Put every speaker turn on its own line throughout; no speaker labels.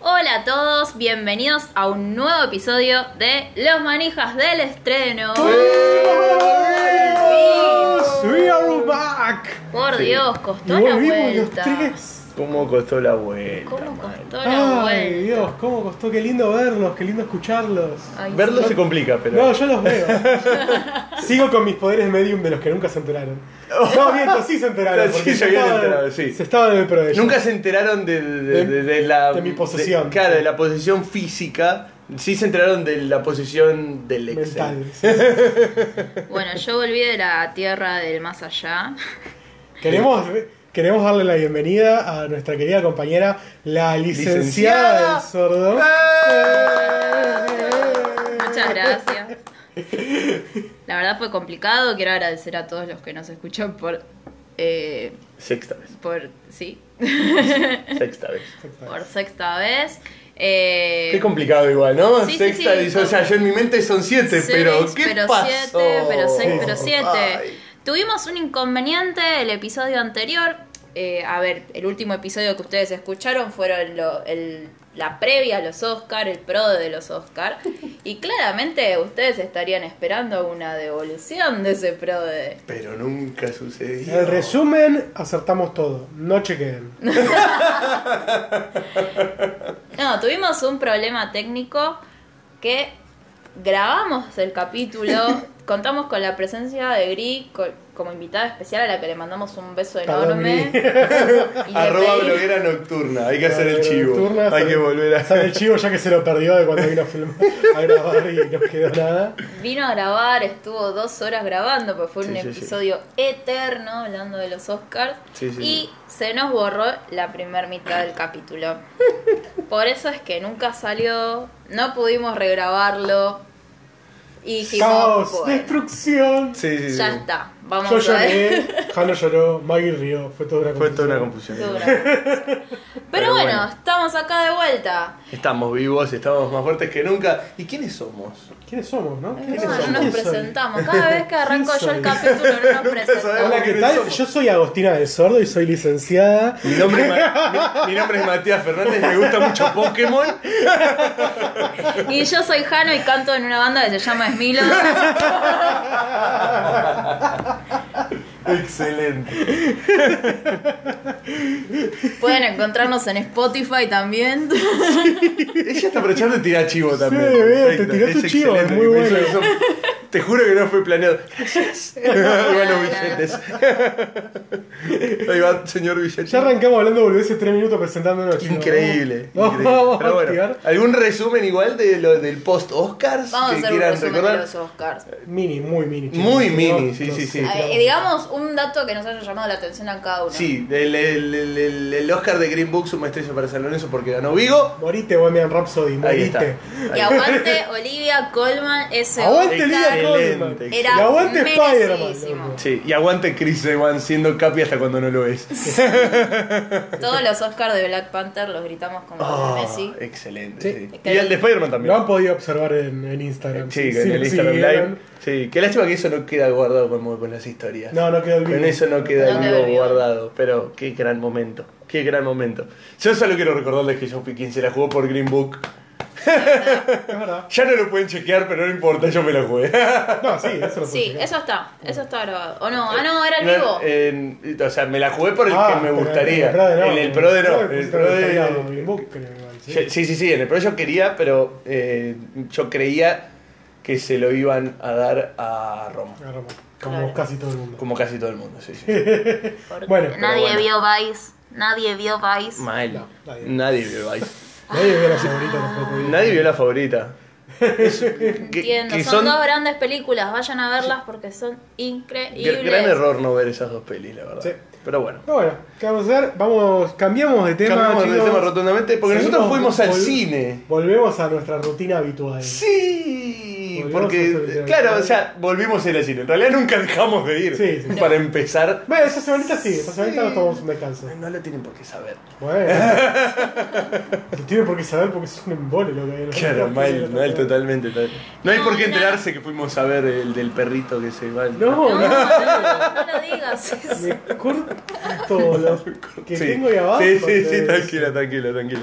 Hola a todos, bienvenidos a un nuevo episodio de Los Manijas del Estreno.
We are back.
Por
Sí.
Dios, costó la
Volvimos los
vuelta.
tres.
¿Cómo costó la vuelta?
¿Cómo
man?
costó la
Ay,
vuelta?
Dios, cómo costó, qué lindo verlos, qué lindo escucharlos.
Ay,
Verlo
sí.
se complica, pero.
No, yo los veo. Sigo con mis poderes de medium de los que nunca se enteraron. No, miento, sí se enteraron.
Oh. Sí,
porque
se habían enterado, sí.
Se estaba en el pro de ellos.
Nunca se enteraron de, de-
De-
de- de la.
de mi posesión.
de- claro, de la posesión física. Sí se enteraron de la posesión del Excel.
Mental.
Bueno, yo volví de la tierra del más allá.
Queremos, queremos darle la bienvenida a nuestra querida compañera, la licenciada,
Licenciada.
del
¡Eh!
sordo.
Muchas gracias. La verdad fue complicado. Quiero agradecer a todos los que nos escuchan por. eh,
Sexta vez.
por. sí.
Sexta vez.
por sexta vez. Eh,
Qué complicado igual, ¿no?
sí, sí,
Sexta
sí,
vez. O sea, yo en mi mente son siete,
Seis,
pero. ¿Qué
pero
pasó?
siete, pero seis, pero siete.
Ay.
Tuvimos un inconveniente el episodio anterior. Eh, a ver, el último episodio que ustedes escucharon fueron lo- el- la previa a los Oscar, el pro de los Oscar. Y claramente ustedes estarían esperando una devolución de ese pro de...
Pero nunca sucedió.
El resumen, acertamos todo. No chequeen.
No, tuvimos un problema técnico que grabamos el capítulo, contamos con la presencia de Gri co- como invitada especial a la que le mandamos un beso
Perdón,
enorme.
Gri.
Y le
Arroba
pedí-
bloguera nocturna. Hay que hacer el chivo.
Nocturna,
Hay
sale-
que volver a.
sale el chivo ya que se lo perdió de cuando vino a filmar a grabar y no quedó nada.
Vino a grabar, estuvo dos horas grabando, pues fue
Sí,
un
sí, sí.
episodio eterno hablando de los Oscars.
Sí, sí,
y
sí.
se nos borró la primera mitad del capítulo. Por eso es que nunca salió, no pudimos regrabarlo. Y dijimos,
Caos,
"Bueno,
destrucción.
Sí, sí, sí.
ya está, vamos
Yo
a ver.
lloré, Jano lloró, Maggie rió, fue toda una
Fue
confusión.
toda una confusión.
Dura. Pero,
Pero
bueno,
bueno.
estamos acá de vuelta.
Estamos vivos, estamos más fuertes que nunca. ¿Y quiénes somos?
¿Quiénes somos, no? ¿Quiénes
No,
somos?
no nos
¿Quiénes soy?
presentamos. Cada vez que arranco
¿Quién
yo el
soy?
capítulo no nos
Hola,
presentamos.
¿qué
¿Quiénes
tal?
somos?
Yo soy Agostina del Sordo y soy licenciada.
Mi nombre, es Ma- mi- mi nombre es Matías Fernández, me gusta mucho Pokémon.
Y yo soy Jano y canto en una banda que se llama Smilo.
Excelente.
Pueden encontrarnos en Spotify también.
Ella está aprovechando de tirar chivo también.
veo, te
Perfecto,
tiró tu chivo,
excelente.
muy bueno.
Eso- eso- te juro que no fue planeado. Gracias. Ahí van los billetes. Ahí va, señor billete.
Ya arrancamos hablando boludeces tres minutos presentándonos. chicos.
Increíble.
Vamos,
increíble.
vamos a
Pero bueno,
activar.
¿algún resumen igual de lo del post Oscars
Vamos a
que
hacer un
quieran
resumen de
recordar?
los Oscars.
Mini, muy mini. chicos.
Muy
No,
mini, sí,
no
sí,
sé,
sí.
Eh,
claro.
digamos un dato que nos haya llamado la atención a cada uno.
Sí, el, el- el- el- el Oscar de Green Book, una estrella para San Lorenzo porque ganó Vigo.
Morite, Bohemian Rhapsody,
Ahí está.
morite.
Y aguante Olivia Colman ese
Aguante
Oscar.
Olivia Colman.
Excelente,
Y
Era
aguante Spider-Man.
merecidísimo.
loco.
Sí, y aguante Chris Evans siendo Capi hasta cuando no lo es.
Todos los Oscars de Black Panther los gritamos como
Ah,
Messi.
Excelente.
Sí.
sí. Y el de Spider-Man también.
Lo han podido observar en, en Instagram.
Sí,
Sí,
en el
sí,
Instagram
vieron.
Live. Sí, qué lástima que eso no queda guardado como con las historias.
No, no quedó el
Con
vivo.
eso no queda
No
el
quedó
vivo
el vivo.
guardado, pero qué gran momento, qué gran momento. Yo solo quiero recordarles que yo fui quien se la jugó por Green Book.
Es verdad.
Ya no lo pueden chequear, pero no importa, yo me la jugué.
No, sí, eso lo
Sí,
puedo
eso está, eso está grabado. ¿O no? Ah, no, era el
No,
vivo.
en- o sea, me la jugué por el
Ah,
que me
pero En el
gustaría.
pro de no.
En el pro de no.
En
en el pro de-
estaría Green Book, creo, igual, sí.
Sí, sí, sí, en el pro yo quería, pero eh, yo creía que se lo iban a dar a Roma.
Ah, Roma, Como
Claro.
casi todo el mundo.
Como casi todo el mundo, sí, sí.
Porque
bueno, pero
nadie
bueno.
vio Vice. Nadie vio Vice.
Mal.
No, nadie.
nadie vio Vice.
Nadie vio la favorita tampoco.
Nadie vio la favorita. Es- que-
Entiendo,
que
son, dos grandes películas, vayan a verlas porque son increíbles.
gr- gran error no ver esas dos pelis, la verdad.
Sí.
Pero bueno.
Pero bueno, ¿qué vamos a hacer? Vamos, cambiamos de tema.
Cambiamos de
chicos.
tema rotundamente porque
Seguimos,
nosotros fuimos al
vol-
cine.
Volvemos a nuestra rutina habitual.
Sí. Y
Volvemos a hacer
porque,
el-
claro, o sea, volvimos a ir al cine. En realidad nunca dejamos de ir.
Sí, sí.
Para empezar,
Bueno, esta semanita sí, esta semanita
Sí.
nos tomamos un descanso.
no lo tienen por qué saber.
Bueno. No tiene por qué saber porque es un embole lo que hay en la
Claro, mal, mal, totalmente. tal. No hay
No,
por qué
no.
enterarse que fuimos a ver el del perrito que se va. al-
No,
No, no, no, no lo digas. eso.
Me corto lo que
Sí.
tengo ahí abajo.
Sí, sí,
te-
sí, tranquila, tranquila, tranquila.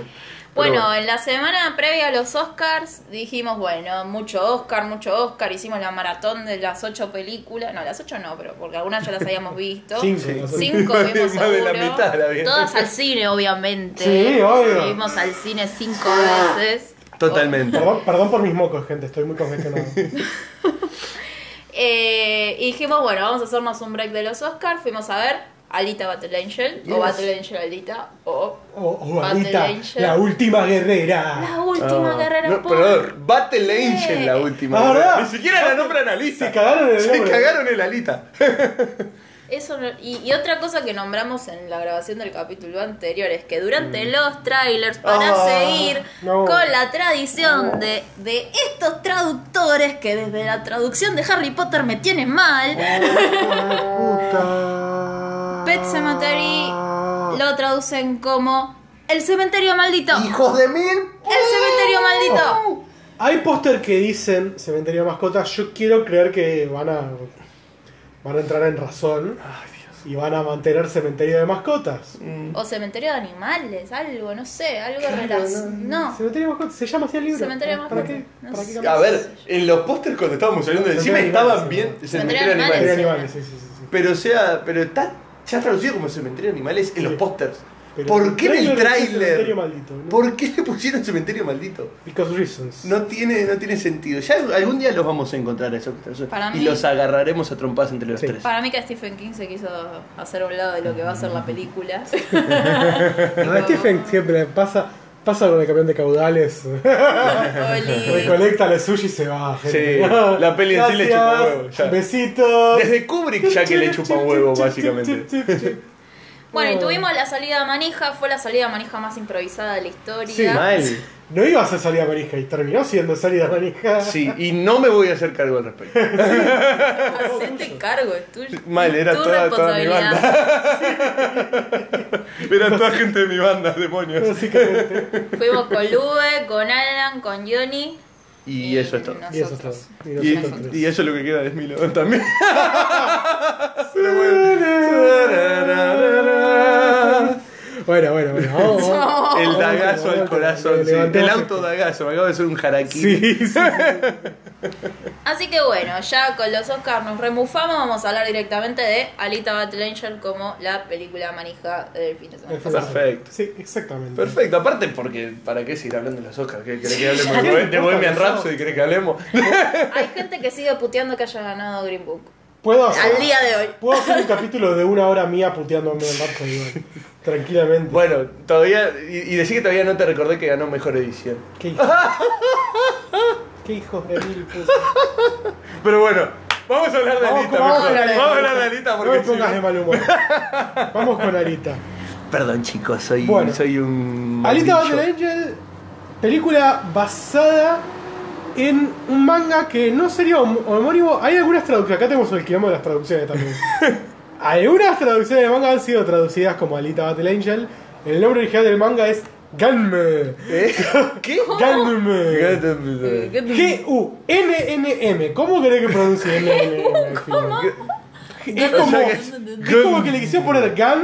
Pero
Bueno, en la semana previa a los Oscars dijimos, bueno, mucho Oscar, mucho Oscar, hicimos la maratón de las ocho películas, no, las ocho no, pero porque algunas ya las habíamos visto.
Cinco.
Sí.
no sé.
Cinco
Más
vimos
de- más de la
seguro.
mitad la vimos.
Todas al cine, obviamente.
Sí, obvio.
Vimos al cine cinco veces.
Totalmente.
Perdón, perdón por mis mocos, gente, estoy muy congestionado.
Eh, y dijimos, bueno, vamos a hacernos un break de los Oscars. Fuimos a ver Alita Battle Angel,
Yes.
o Battle Angel Alita, o
Oh, oh,
Battle
Anita,
Angel.
la última guerrera.
la última
Ah,
carrera
no,
por-
perdón, Battle Angel la última.
Ah, ¿verdad?
Ni siquiera la nombran Alita.
Se cagaron en el
Se
nombre.
cagaron en la Alita.
Eso no- y, y otra cosa que nombramos en la grabación del capítulo anterior es que durante los trailers, para
Ah,
seguir
no.
con la tradición de, de estos traductores que desde la traducción de Harry Potter me tienen mal,
Puta.
Pet Cemetery lo traducen como el cementerio maldito.
¡Hijos de mil!
El cementerio maldito.
Hay póster que dicen cementerio de mascotas. Yo quiero creer que van a van a entrar en razón
Ay, Dios.
y van a mantener cementerio de mascotas.
Mm.
O cementerio de animales, algo, no sé, algo relacionado. No.
Cementerio de mascotas se llama así el libro.
Cementerio de
¿Para
mascotas.
qué?
No
¿Para qué
sé.
cambiar?
A ver, en los pósters cuando estábamos saliendo del cine
Cementerio de
estaban
animales,
bien.
sí.
Cementerio de
Cementerio de
animales.
animales, sí, sí, sí, sí.
Pero o sea, pero está ya traducido como cementerio de animales en los
Sí.
pósters.
Pero
¿Por qué en el
dice
tráiler?
Cementerio maldito. ¿no?
¿Por qué le pusieron cementerio maldito?
Because reasons.
No tiene, no tiene sentido. Ya algún día los vamos a encontrar a esos que traducen.
Para
y
mí-
los agarraremos a trompadas entre los
Sí.
tres.
Para mí que Stephen King se quiso hacer a un lado de lo que va a ser la película.
A Stephen siempre le pasa pasa con el camión de caudales.
Oli.
Recolecta el sushi y se va. gente.
Sí, la peli en sí le chupa
Gracias,
huevo, ya.
Besitos.
Desde Kubrick ya que le chupan huevo, básicamente.
Bueno, y tuvimos la salida manija, fue la salida manija más improvisada de la
Sí,
historia.
Mal.
No iba a ser salida manija y terminó siendo salida manija.
Sí, y no me voy a hacer cargo al respecto.
Hacete cargo, es tuyo.
Mal, era
tu
toda, toda mi
responsabilidad.
banda. era toda gente de mi banda, demonios.
Básicamente.
Fuimos con Lube, con Alan, con Johnny.
Y eso es todo.
Y eso es todo.
nosotros.
Y
Y,
nosotros tres.
y eso es lo que queda de Milo también. Pero bueno.
Bueno, bueno, bueno. vamos, vamos.
El dagazo al corazón, sí. El
Levantemos
autodagazo, me acabo de hacer un harakiri.
Sí, sí, sí.
Así que bueno, ya con los Oscars nos remufamos. Vamos a hablar directamente de Alita Battle Angel como la película manija del fin de semana.
Perfecto.
Sí, exactamente.
Perfecto, aparte porque ¿para qué seguir hablando de los Oscars? ¿Qué, ¿Querés que hablemos
Ya
de,
no
Bohem- de Bohemian
importa,
Rhapsody? ¿Querés que hablemos?
Hay gente que sigue puteando que haya ganado Green Book.
Puedo
Ah.
hacer,
Al día de hoy.
puedo hacer un capítulo de una hora mía puteándome el rato igual. Tranquilamente.
Bueno, todavía. Y, y decir que todavía no te recordé que ganó mejor edición.
¿Qué hijo? ¿Qué hijo de mil putas?
Pero bueno, vamos a hablar de Alita. mejor. Vamos a hablar de Alita porque.
No me pongas
si-
de mal humor. Vamos con Alita.
Perdón, chicos, soy,
Bueno.
soy un.
Alita
maldillo.
Battle Angel, película basada en un manga que no sería hom- homónimo. Hay algunas traducciones, acá tenemos el quilombo de las traducciones también. algunas traducciones de manga han sido traducidas como Alita Battle Angel. El nombre original del manga es Ganme.
¿Eh? ¿Qué?
Ganme.
Gangnam.
G-U-N-N-M. ¿Cómo querés que pronuncie N-N-M? ¿Cómo? Es
O
como,
sea que
es
es
como que le quisieron poner Gan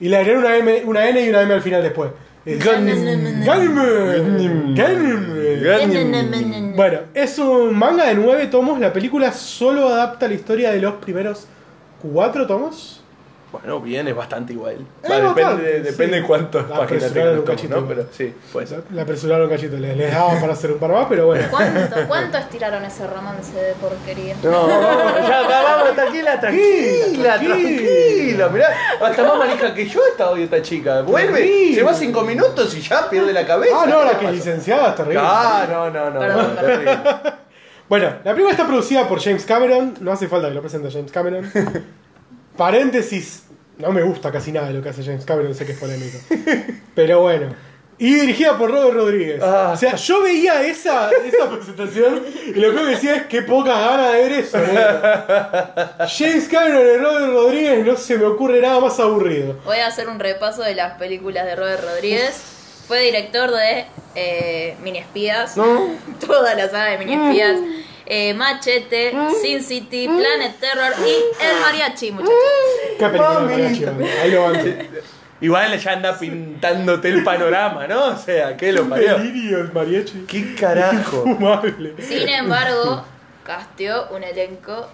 y le agregaron una, M, una N y una M al final después. Es
Gangnam.
Gangnam. Gangnam. Bueno, es un manga de nueve tomos. La película solo adapta la historia de los primeros cuatro tomos.
Bueno, bien, es Ah, bastante igual.
Es
Va, depende
bastante,
de- depende
sí.
de cuántas
La
páginas
apresuraron
tengas,
un
tomo,
cachito.
¿no? Pero sí, puede ser.
La apresuraron cachito, les, les daban para hacer un par más, pero bueno.
¿Cuánto, ¿Cuánto estiraron ese romance de porquería?
No, ya, va, vamos, tranquila, tranquila,
Tranquila,
tranquila. Mirá, hasta más manija que yo está hoy esta chica. Vuelve,
Tranquila.
se va cinco minutos y ya pierde la cabeza.
Ah, no, la
¿Qué le
que
pasa?
licenciada está terrible.
Ah, no, no, no.
Perdón,
no,
perdón.
terrible.
Bueno, la película está producida por James Cameron. No hace falta que lo presente James Cameron. Paréntesis. No me gusta casi nada de lo que hace James Cameron, sé que es polémico. Pero bueno. Y dirigida por Robert Rodríguez.
Ah.
O sea, yo veía esa, esa presentación y lo que decía es que pocas ganas de ver eso. boludo. James Cameron y Robert Rodríguez no se me ocurre nada más aburrido.
Voy a hacer un repaso de las películas de Robert Rodríguez. Fue director de eh, Mini Espías,
No.
toda la saga de Mini Espías, eh, Machete, Sin City, Planet Terror y El Mariachi, muchachos.
Qué película
Mami.
para chivo. Ahí lo van.
Igual ya anda pintándote el panorama, ¿no? O sea, ¿qué lo parió?
Delirio el mariachi.
¿Qué carajo?
Fumable.
Sin embargo, casteó un elenco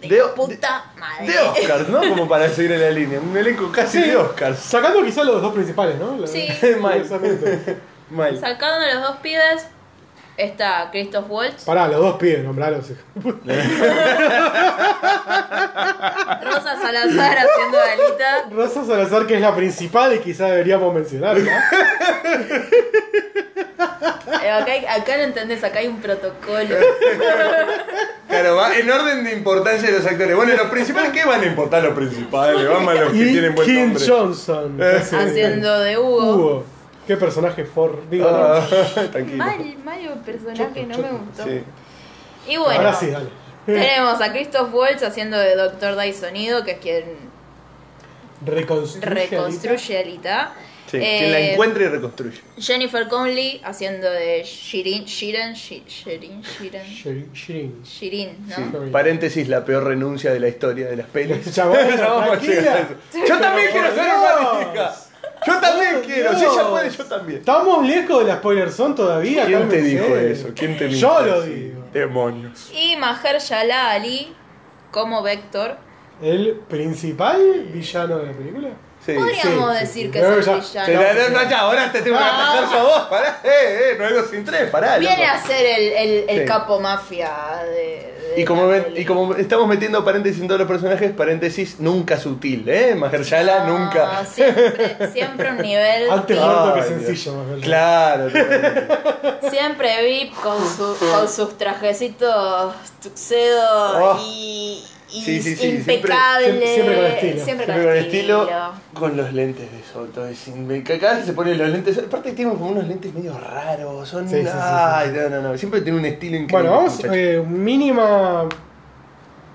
de,
De-
puta madre.
De Oscars, ¿no? Como para seguir en la línea. Un elenco casi de Oscars.
Sacando quizás los dos principales, ¿no? La-
Sí.
Mal.
Curiosamente.
Mal.
Sacando los dos pibes, está Christoph Waltz,
Pará, los dos pibes, nombralos.
Rosa Salazar haciendo de Alita.
Rosa Salazar, que es la principal y quizás deberíamos mencionar, ¿no?
Eh, Acá, hay- acá no entendés, acá hay un protocolo.
Claro, va en orden de importancia de los actores. Bueno, los principales, ¿qué van a importar los principales? Vamos a los que
Y
tienen buen
Kim
nombre.
Johnson.
Eh.
que hace-
Haciendo de Hugo.
Hugo. Qué personaje for. Digo,
Ah, tranquilo.
Mal, mal el personaje,
Choto,
no
choto,
me gustó.
Sí.
Y
no.
bueno,
Ahora sí, dale.
tenemos a Christoph Waltz haciendo de Doctor Sonido, que es quien
Reconstruye.
reconstruye a Alita.
Sí,
Eh,
que la encuentre y reconstruye.
Jennifer Conley haciendo de Shirin, Shirin, Shi- Shirin, Shirin,
Shirin- Shirin.
Shirin, ¿no?
Sí.
No.
Paréntesis, la peor renuncia de la historia de las pelis.
Ya bueno,
Ya vamos a
tranquila.
llegar a eso. Yo también
Pero
quiero
por
ser
Dios.
humanista. Yo también
Por
quiero. Si
Dios.
ella puede, yo también.
Estamos lejos de la spoiler son todavía.
¿Quién te
cálmense.
dijo eso? ¿Quién
Yo
te mintió?
lo
Sí.
digo.
Demonios.
Y Mahershala Ali como Vector.
¿El principal villano de la película?
Sí.
Podríamos
sí,
decir
sí.
que
Pero
es
ya-
el villano.
Pero no, no, ya, ahora te tengo que
Ah.
atacar yo a vos. Pará, eh, eh, no algo sin tres, pará.
Viene
loco.
a ser el, el, el
Sí.
capo mafia de. de
Y como,
la
ven-
peli.
y como estamos metiendo paréntesis en todos los personajes, paréntesis nunca sutil, ¿eh? Mahershala
No,
nunca.
Siempre, siempre un nivel.
Antes
VIP.
muerto que
Ay,
sencillo,
Dios.
más bien.
Claro, totalmente.
Siempre VIP con, su- con sus trajecitos tuxedo
Oh.
y, y
Sí, sí, sí,
impecables.
siempre- siempre con estilo.
Siempre con
Siempre con
estilo.
estilo, con los lentes de sol, todo es inve- que Acá se ponen los lentes. Aparte, tienen como unos lentes medio raros. Son.
Sí, sí, sí, sí.
Ay, no, no, no. Siempre tiene un estilo increíble.
Bueno, vamos,
muchacho.
eh, mínima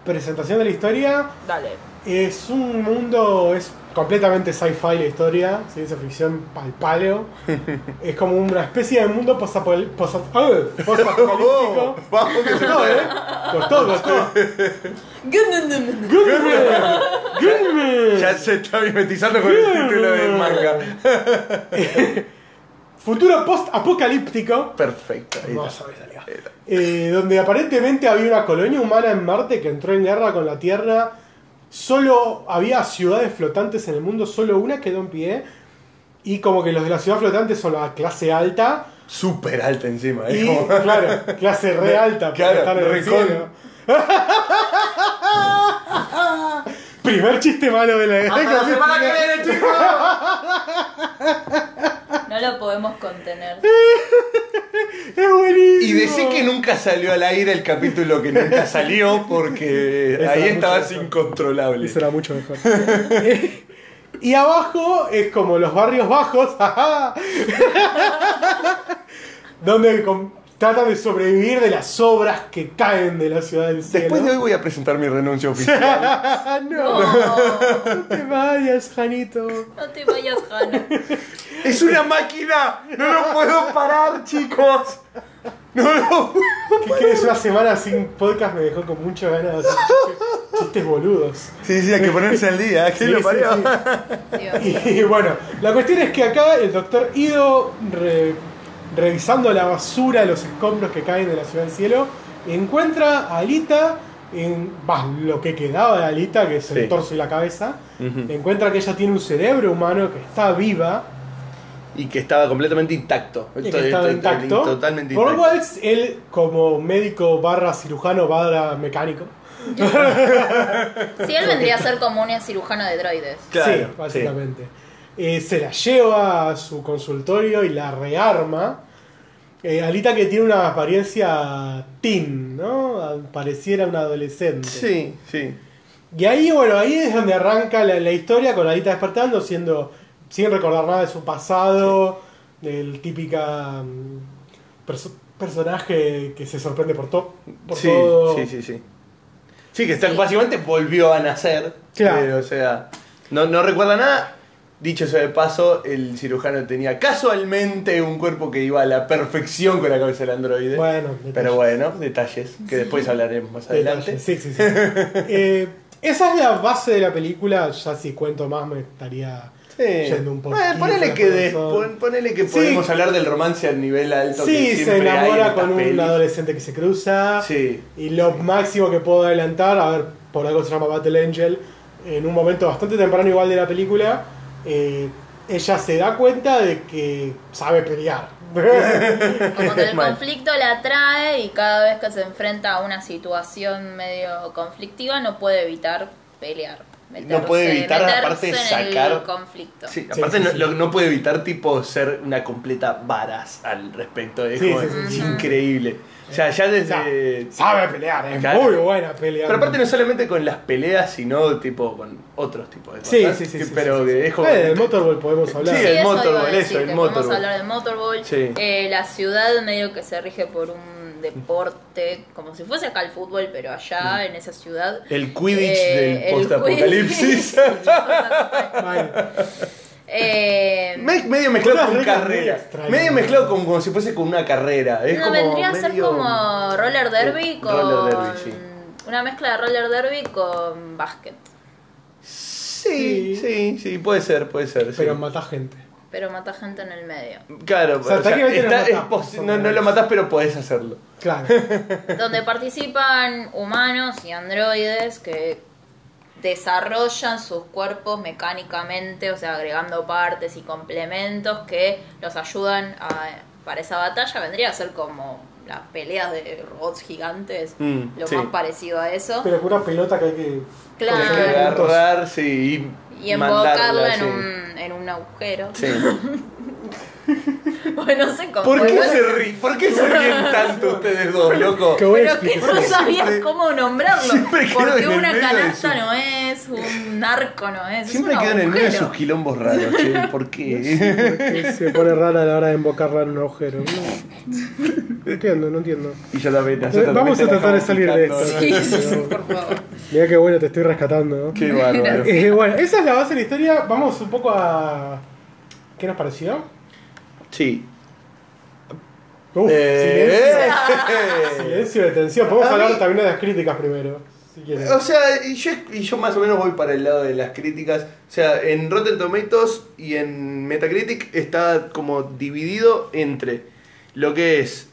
presentación de la historia.
Dale.
Es un mundo, es completamente sci-fi la historia, ciencia ficción pal paleo. es como una especie de mundo posapol- posa- ah,
Oh,
posapocalíptico.
vamos que se
Costó, ¿eh? Costó, costó. Goodman, Goodman.
¿eh? Ya se está mimetizando con el título del manga.
Futuro post-apocalíptico.
Perfecto. ahí
No
está.
sabés, amiga.
Ahí está.
Eh, donde aparentemente había una colonia humana en Marte que entró en guerra con la Tierra. Solo había ciudades flotantes en el mundo, solo una quedó en pie. Y como que los de la ciudad flotante son la clase alta.
Súper alta encima, ¿eh?
Y,
Como-
claro, clase re alta. porque
Claro,
están en el
recon-
cielo. Primer chiste malo de la
Hasta la semana que viene, chicos.
No lo podemos contener.
Es buenísimo.
Y decir que nunca salió al aire el capítulo que nunca salió porque
Eso
ahí
era
estaba
mucho mejor.
incontrolable.
Eso era mucho mejor. y abajo es como los barrios bajos, ajá, donde com- tratan de sobrevivir de las obras que caen de la ciudad del cielo.
Después de hoy voy a presentar mi renuncia oficial.
Ah, no, no
No,
te vayas, Janito.
Oh, no te vayas, Hanna.
¡Es una máquina! ¡No lo puedo parar, chicos! ¡No lo
Que quedes una semana sin podcast me dejó con muchas ganas de hacer chistes- chistes boludos.
Sí, sí, hay que ponerse al día.
Sí,
¿Qué lo
sí,
parió?
sí.
Dios.
Y bueno, la cuestión es que acá el doctor Ido, re- revisando la basura, los escombros que caen de la ciudad del cielo, encuentra a Alita, en, bah, lo que quedaba de Alita, que es el
Sí.
torso y la cabeza,
Ujú.
encuentra que ella tiene un cerebro humano que está viva,
Y que estaba completamente intacto.
y que está intacto.
Totalmente
Por
intacto.
Waltz, él como médico barra cirujano barra mecánico,
Si él vendría a ser como un cirujano de droides.
Claro,
sí, básicamente. Eh, se la lleva a su consultorio y la rearma. Eh, Alita que tiene una apariencia teen, ¿no? A- Pareciera una adolescente.
Sí, sí.
Y ahí, bueno, ahí es donde arranca la, la historia con Alita despertando, siendo sin recordar nada de su pasado, del típica mm, perso- personaje que se sorprende por, todo por
sí,
todo.
sí, sí, sí. Sí, que está,
Sí.
básicamente volvió a nacer.
Claro.
Pero, o sea, no, no recuerda nada. Dicho sea de paso, el cirujano tenía casualmente un cuerpo que iba a la perfección con la cabeza del androide.
Bueno,
pero
detalles.
bueno, detalles que después hablaremos más adelante.
Detalles, Sí, sí, sí. Eh, esa es la base de la película. Ya si cuento más me estaría
Sí.
yendo un poquito.
Eh, ponele,
por
que
la
de-
razón.
pon- ponele que
Sí.
podemos hablar del romance al nivel alto. que
Sí, se
siempre hay en
enamora
estas
con un
pelis.
adolescente que se cruza.
Sí.
Y lo máximo que puedo adelantar, a ver, por algo se llama Battle Angel, en un momento bastante temprano igual de la película, eh, ella se da cuenta de que sabe pelear.
Como que el
Mal.
conflicto la atrae y cada vez que se enfrenta a una situación medio conflictiva no puede evitar pelear. meterse-
puede evitar,
meterse
aparte,
en
sacar-
el conflicto.
Sí,
Sí,
aparte
sí,
no,
sí.
lo- no puede evitar tipo ser una completa varas al respecto. Es,
Sí,
como-
sí, sí,
es
sí.
increíble. O sea, ya
O sea,
desde...
sabe pelear, es
Claro.
muy buena pelear.
Pero aparte no solamente con las peleas, sino tipo con otros tipos de
Sí,
cosas.
sí, sí.
Que-
sí,
Pero
sí,
que
sí.
es como-
Eh, del Motorball podemos hablar.
Sí,
Sí,
el
eso
Motorball,
iba a decir,
eso, el
que podemos
Motorball.
hablar de Motorball.
Sí.
Eh, la ciudad medio que se rige por un deporte, como si fuese acá el fútbol, pero allá en esa ciudad.
Mm. El Quidditch
Eh,
del
el
postapocalipsis.
Quidditch.
Vale.
Eh,
Me- medio
Unas
mezclado con
reglas muy
carrera.
extrañas.
Medio mezclado con, como si fuese con una carrera. Es
no,
como
vendría a ser
medio-
como roller derby
Eh,
con.
roller derby, sí.
Una mezcla de roller derby con básquet.
Sí, sí, sí, puede ser, puede ser. sí.
Pero mata gente.
Pero mata gente en el medio.
Claro,
O sea,
o sea,
técnicamente
está-
lo
es
matás,
posi-
por
no,
lo
no lo
menos.
matás, pero podés hacerlo.
Claro.
donde participan humanos y androides que desarrollan sus cuerpos mecánicamente, o sea, agregando partes y complementos que los ayudan a- para esa batalla. Vendría a ser como las peleas de robots gigantes,
Mm,
lo
sí.
más parecido a eso.
Pero con una pelota que hay que.
Claro.
Hay que
conseguir puntos.
agarrar, sí, y,
y
mandarla,
embocarla en
sí.
un, en un agujero.
Sí.
Bueno, no sé cómo.
¿Por qué se ríen? ¿Por qué se ríen tanto ustedes dos, loco?
Qué buena
Pero que no
explicación.
sabías
Siempre-
cómo nombrarlo.
siempre quedo
Porque
en el
una
medio de
canasta
su-
no es, un arco no es. es
Siempre
un
quedan en el medio de
agujero.
sus quilombos raros, che, ¿por qué?
Porque se pone rara a la hora de embocarla en un agujero. No, No entiendo, no entiendo.
Y yo la veo, yo
Eh,
también
vamos
te
a
la
tratar de
acabo
salir de
picando,
esto.
¿no?
Sí, sí, sí, por favor.
Mira qué bueno, te estoy rescatando. ¿no?
Qué bárbaro.
Eh, bueno, esa es la base de la historia. Vamos un poco a. ¿Qué nos pareció?
Sí.
Uf,
Eh,
silencio, silencio de tensión. Podemos
A
hablar
mí-
también de las críticas primero. Si quieres.
O sea, y yo, y yo más o menos voy para el lado de las críticas. O sea, en Rotten Tomatoes y en Metacritic está como dividido entre lo que es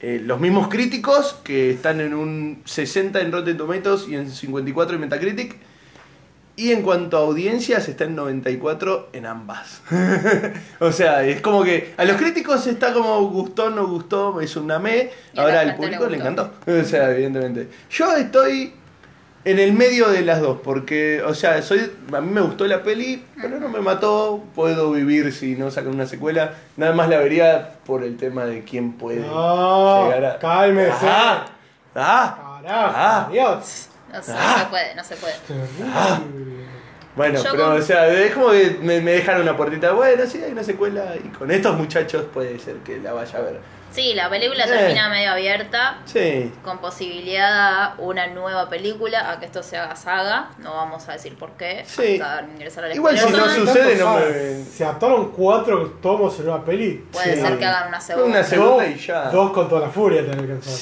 eh, los mismos críticos, que están en un 60 en Rotten Tomatoes y en 54 en Metacritic. Y en cuanto a audiencias, está en 94 en ambas. o sea, es como que a los críticos está como gustó, no gustó, es un amé.
Y a la
Ahora al
gente le
público le
gustó.
encantó. O sea, evidentemente. Yo estoy en el medio de las dos, porque, o sea, soy a mí me gustó la peli, pero no me mató. Puedo vivir si no sacan una secuela. Nada más la vería por el tema de quién puede
No,
llegar a.
cálmese.
Ajá. Ah.
Carajo,
Ah.
Dios.
No se,
Ah.
no se puede, no se puede.
Terrible.
Bueno,
Yo
pero
con-
o sea, es como que me, me dejan una puertita, bueno, sí, hay una secuela y con estos muchachos puede ser que la vaya a ver.
Sí, la película
Eh.
termina medio abierta,
Sí,
con posibilidad a una nueva película, a que esto se haga saga. No vamos a decir por qué,
Sí.
hasta ingresar al
Igual si
spoiler
no
zone.
sucede,
Tanto
no me-
sabe. Se adaptaron cuatro tomos en una peli.
Puede
Sí.
ser que hagan una segunda.
Una se- Segunda y ya.
Dos con toda la furia tener que hacer.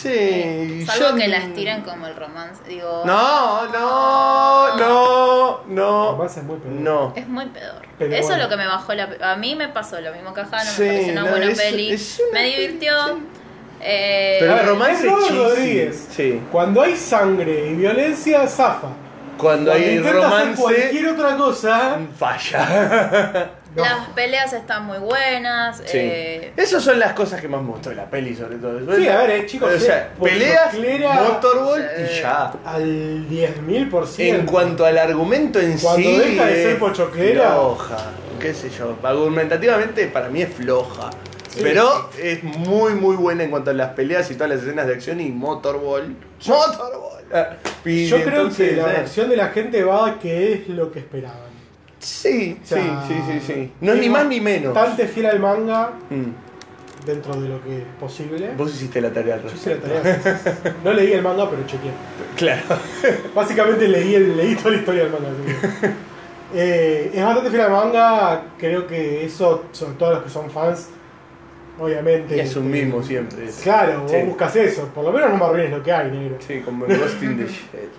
sí.
Salvo
yo-
que la estiren como el romance. Digo,
No, no,
Ah.
no, no.
Además es muy peor.
No.
Es muy peor.
Pero
Eso
bueno.
es lo que me bajó la... pe- A mí me pasó lo mismo que a Jano,
Sí,
me pareció una
no,
buena
es-
peli.
es una
me
peli,
divirtió.
sí.
Eh,
Pero
A
el
ver,
romance
es Robert
cheesy.
Rodríguez.
Sí.
Cuando hay sangre y violencia, zafa.
Cuando hay
intenta hacer cualquier
romance,
otra cosa,
falla.
no.
Las peleas están muy buenas.
Sí.
eh,
Esas son las cosas que más me gustó de la peli, sobre todo.
Sí, a ver, eh, chicos,
O sea,
sí,
peleas,
Clera-
motorball
Sí.
y ya.
al 10.000%. por
En cuanto al argumento en
Cuando
sí.
deja de ser
es
pochoclera.
Floja, qué sé yo. Argumentativamente para mí es floja. Pero es muy muy buena en cuanto a las peleas y todas las escenas de acción y Motorball. Motorball. Ah, y
Yo creo
entonces,
que la
eh,
reacción de la gente va a que es lo que esperaban.
Sí,
O sea,
sí, sí, sí, sí. No es ni más ni menos.
Bastante fiel al manga
Mm.
dentro de lo que es posible.
Vos hiciste la tarea al
Yo
respecto.
hice la tarea. No leí el manga, pero chequeé.
Claro.
Básicamente leí, el- leí toda la historia del manga. así que- Eh, es bastante fiel al manga. Creo que eso, sobre todo los que son fans, obviamente.
es un
este,
mimo siempre. es-
Claro,
Sí.
vos buscas eso. Por lo menos no me arruines lo que hay, negro.
Sí, como Ghost in the Shell.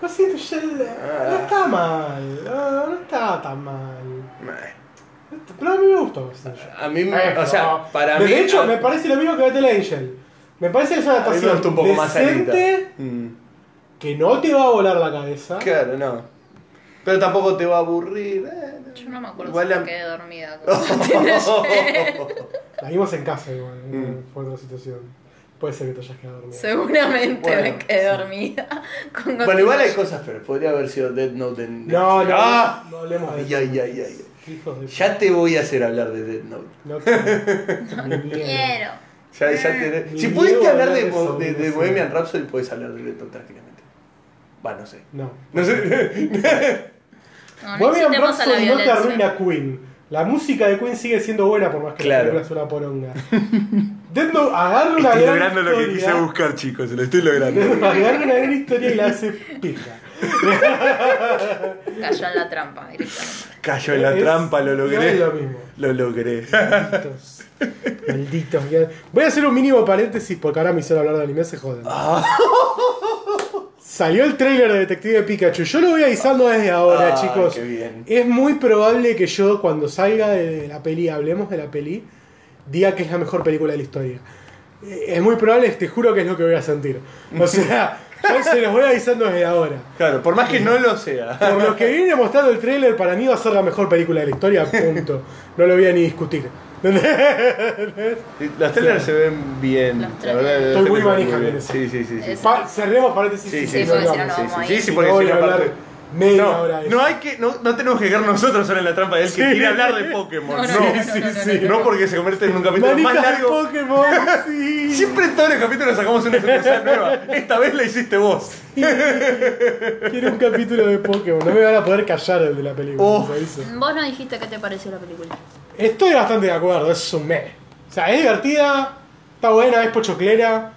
Lo siento, Shell,
Ah.
no está mal. No, no está tan mal.
Meh.
Pero a mí me gustó. Ghost in the Shell.
A mí, me-
Eh,
Ah, o
no.
sea, para
de
mí.
hecho,
a-
me parece lo mismo que Battle Angel. Me parece que es una
a mí me
adaptación
gustó un poco más
decente
alita. Mm.
que no te va a volar la cabeza.
Claro, no. Pero tampoco te va a aburrir. eh, no.
Yo no me acuerdo
Igual
si
la- Oh.
me quedé dormida. cuando-
La vimos en casa igual,
Mm.
fue otra situación. Puede ser que te hayas quedado dormido.
Seguramente
Bueno,
me quedé dormida. con
bueno, igual hay
Godzilla.
cosas, pero podría haber sido Dead Note en.
No, no,
¡Ah!
no hablemos de
Ay, ay, ay, ay.
Hijos de
Ya te voy a hacer hablar de Dead Note.
No quiero. Ni miedo.
Quiero.
Ya,
Eh.
ya te-
Ni
Si
Diego
pudiste hablar
hablar
de,
de
Mo-
eso,
de- de
sí.
Bohemian Rhapsody, puedes hablar de Dead Note tranquilamente. Va, no sé.
No.
No sé.
No, no
Bohemian
incitemos a la
Rhapsody no te
violencia.
arruina Queen. La música de Queen sigue siendo buena por más que
Claro.
la película es una poronga. Death Note agarra una gran historia-
buscar, chicos. Lo estoy logrando.
agarra una gran historia y la hace pija.
Cayó en la trampa directamente.
Cayó
Es- No es lo mismo.
Lo logré.
Malditos. Malditos. mira. Voy a hacer un mínimo paréntesis porque ahora me hicieron hablar de anime, se joden.
Ah.
Salió el trailer de Detective Pikachu. Yo lo voy avisando desde ahora,
Ah,
chicos.
qué bien.
Es muy probable que yo, cuando salga de la peli, hablemos de la peli, diga que es la mejor película de la historia. Eh, Es muy probable, te juro que es lo que voy a sentir. O sea, yo se los voy avisando desde ahora.
Claro, por más que no lo sea.
Por lo que viene mostrando el trailer, para mí va a ser la mejor película de la historia, punto. No lo voy a ni discutir.
Los trailers se ven bien.
Los
la verdad, los
Estoy muy
trailers se ven
manija
bien.
con eso.
Sí, sí, sí. sí.
Es-
Pa- cerremos paréntesis.
sí,
Sí, sí, sí,
porque
no,
si no, no
sí,
vamos
sí,
ahí.
sí, sí,
Si
porque
no,
si
voy a
no,
hablar
aparte-
media hora
No,
de
no
eso.
hay que, no, no tenemos que quedar nosotros ahora en la trampa de él que
Sí.
quiere hablar de Pokémon.
No,
No,
no, no, no,
sí,
no, no,
sí.
no, no.
No, porque se convierte en un capítulo
Manijas
más
de
largo.
Pokémon, sí.
Siempre en todos los capítulos sacamos una sorpresa nueva. Esta vez la hiciste vos.
Quiero un capítulo de Pokémon. No me van a poder callar el de la película.
Oh.
te aviso.
Vos no dijiste qué te pareció la película.
Estoy bastante de acuerdo, es un mes. O sea, es divertida, está buena, es pochoclera.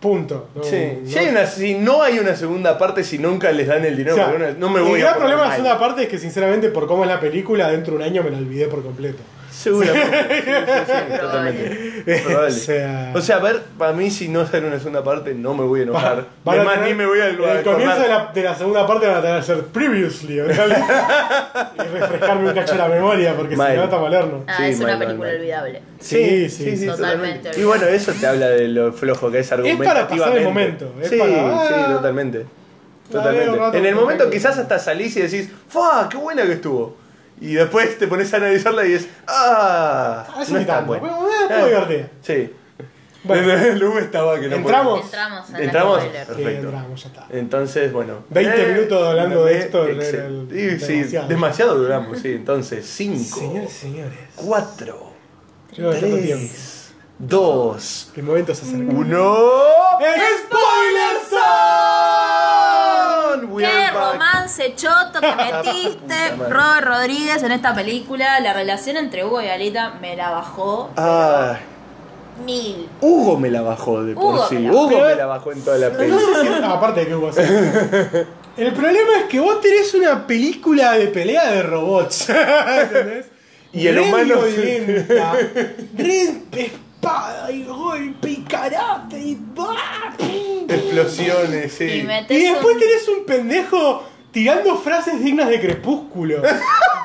Punto. No,
Sí,
no-
Mm, si, hay una- si no hay una segunda parte, si nunca les dan el dinero,
o sea,
porque no- no me voy
El
a.
gran
poner
problema de la
mal.
segunda parte es que, sinceramente, por cómo es la película, dentro de un año me la olvidé por completo.
Seguramente. Sí, sí, sí, totalmente. Probable.
O sea-
O sea, a ver, para mí, si no sale una segunda parte, no me voy a enojar.
Van a
Además,
tener-
ni me voy a.
en El comienzo de la, de la segunda parte van a tener que hacer previously, ¿verdad? y refrescarme un cacho la memoria, porque
Mal.
si no, está malerno.
Ah,
Sí,
es una
mal, mal,
película
mal.
olvidable.
Sí, sí,
totalmente.
Y bueno, eso te habla de lo flojo que es
para
argumentativamente.
pasar el momento, es
sí,
para-
sí,
ah,
totalmente.
la veo un rato
Totalmente. En el
con
momento
Michael.
quizás hasta salís y decís, ¡fa! ¡Qué buena que estuvo! Y después te pones a analizarla y es, ¡ah!
Ah, eso
no
ni
es tan
tanto,
buena".
pero, ah, estuvo
Ah,
divertida.
Sí.
Bueno.
el Uber estaba que no
Entramos.
Entramos en
¿Entramos?
el spoiler.
Sí,
Perfecto.
entramos, ya está.
podía. Entonces, bueno. Eh,
20 minutos hablando de esto,
excel-
era el-
Sí, sí,
demasiado.
demasiado. duramos, sí. Entonces, 5,
Señores, señores.
4,
Yo ya tengo tiempo.
3, 2,
El momento se acerca.
Uno.
¡Spoiler
Zone! We
Qué
are back.
romance choto que metiste,
Puta madre.
Roy Rodríguez, en esta película. La relación entre Hugo y Alita me la bajó
Ah,
mil.
Hugo me la bajó de por
Hugo
sí.
me la-
Hugo
Pero-
me la bajó en toda la
Pero no
peli.
sé si- ah, aparte de que hubo así. El problema es que vos tenés una película de pelea de robots. ¿Entendés?
Y el humano-
violenta, Re espada y golpe y karate y. ¡bah! ¡pum!
Explosiones,
Y
sí.
metes
Y después
un-
tenés un pendejo tirando frases dignas de crepúsculo.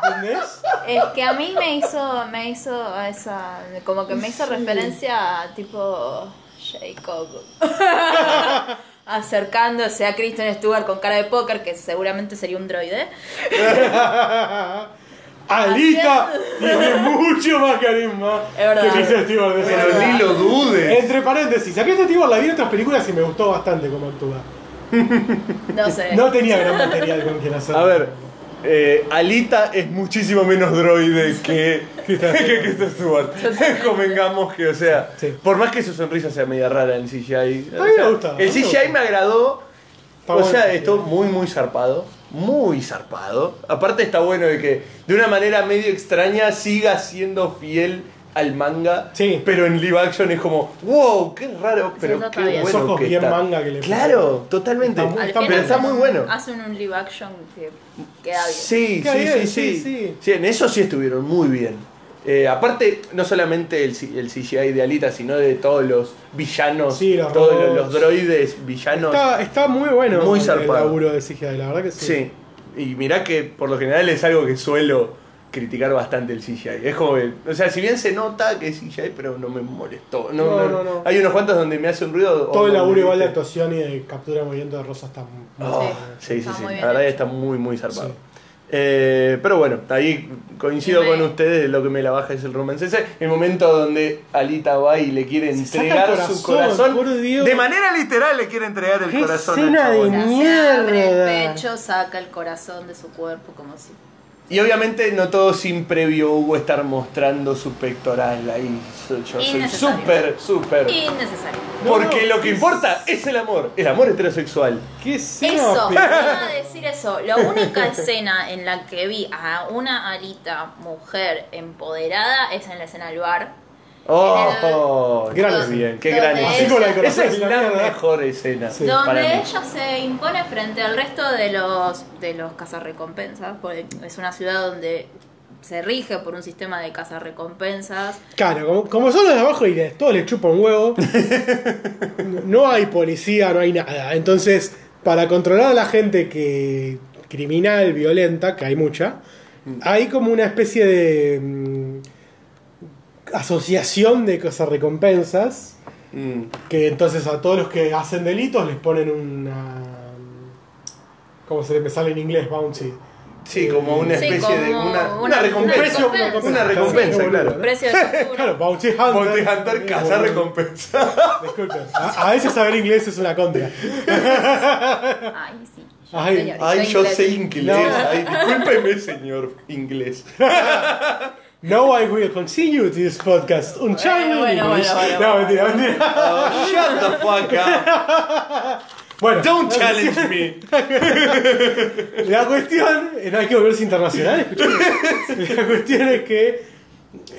¿Entendés?
Es que a mí me hizo, me hizo esa, como que me hizo referencia a tipo Jacob. Acercándose a Kristen Stewart con cara de póker, que seguramente sería un droide.
Alita tiene mucho más carisma
Es verdad.
que Kristen Stewart de esa
Pero
manera.
ni lo dudes.
Entre paréntesis, a Kristen Stewart la vi en otras películas y me gustó bastante cómo actúa.
No sé.
No tenía gran material con quien hacer.
A ver, eh, Alita es muchísimo menos droide que que Kristen Stewart. Convengamos que, o sea,
Sí.
por más que su sonrisa sea media rara en CGI.
A mí me gusta, a mí me
El CGI
gusta.
me agradó.
Está
o
bueno
sea,
el CGI.
estuvo muy, muy zarpado. muy zarpado. Aparte está bueno de que de una manera medio extraña siga siendo fiel al manga,
Sí.
pero en live action es como, wow, qué raro, pero
eso está
qué
bien.
bueno
Los ojos
que
bien
está".
manga que le
Claro, totalmente.
Está muy-
Al
Está-
final
pero está muy bueno.
Hacen un live action que queda bien.
Sí,
Queda
sí,
bien, sí,
sí, sí,
sí.
Sí, en eso sí estuvieron muy bien. Eh, aparte, no solamente el, C- el CGI de Alita, sino de todos los villanos,
Sí, los
todos los,
robots.
los droides villanos.
Está, está muy bueno
Muy
el
zarpado.
laburo de CGI, la verdad que sí.
Sí. Y mirá que por lo general es algo que suelo criticar bastante el CGI. Es como que- o sea, si bien se nota que es CGI, pero no me molestó. No,
No,
no,
no, no.
Hay unos cuantos donde me hace un ruido. o
Todo el
donde,
laburo igual de
viste,
actuación y de captura de movimiento de Rosa está muy
Oh,
Sí,
sí, sí,
está
sí.
muy bien
La verdad
hecho.
está muy, muy zarpado.
Sí.
Eh, pero bueno, ahí coincido
Me-
con ustedes, lo que me la baja es el romance ese, el momento donde Alita va y le quiere
saca el
entregar
corazón,
su corazón,
por Dios.
de manera literal le quiere entregar el
Qué
corazón. al
escena de
chabón.
sea, se
Mierda.
abre el pecho, saca el corazón de su cuerpo como si...
Y obviamente no todo sin previo hubo estar mostrando su pectoral ahí. so- Yo soy
Innecesario.
súper, súper.
Innecesario.
Porque
No, no,
lo que
es-
importa es el amor, el amor heterosexual.
¿Qué escena
Eso,
pe-
iba a decir eso. La única escena en la que vi a una alita mujer empoderada es en la escena del bar.
Oh,
Gran
qué
escena.
bien, qué
Donde
gran
ella-
Así con la
Esa
corazón
es
y la
la
mierda.
mejor escena.
Sí.
para mí.
Donde ella se impone frente al resto de los de los cazarrecompensas, porque es una ciudad donde se rige por un sistema de cazarrecompensas.
Claro, como, como son los de abajo y les- todos les chupan un huevo, no hay policía, no hay nada. Entonces, para controlar a la gente que criminal, violenta, que hay mucha, hay como una especie de mm, asociación de cosas recompensas
Mm.
que entonces a todos los que hacen delitos les ponen una... mm, ¿Cómo se me sale en inglés? Bouncy.
Sí, como una
Sí,
especie
como
de. Una,
una-
una recompensa.
una recompensa.
Una recompensa,
Sí.
claro.
Precio de factura.
Claro, Bounty Hunter.
Monte Hunter caza recompensa.
Disculpen, a, a veces saber inglés es una contra.
Ay, sí. Yo,
Ay,
señores,
Ay, yo
inglés.
sé inglés.
No.
Ay, discúlpeme, señor inglés.
No, I will continue this podcast. Un channel.
bueno, bueno, bueno,
no,
bueno.
mentira, mentira.
Oh, shut the fuck up.
Bueno,
Don't challenge me.
la cuestión. eh, No hay que volverse internacional. escuchá. la cuestión es que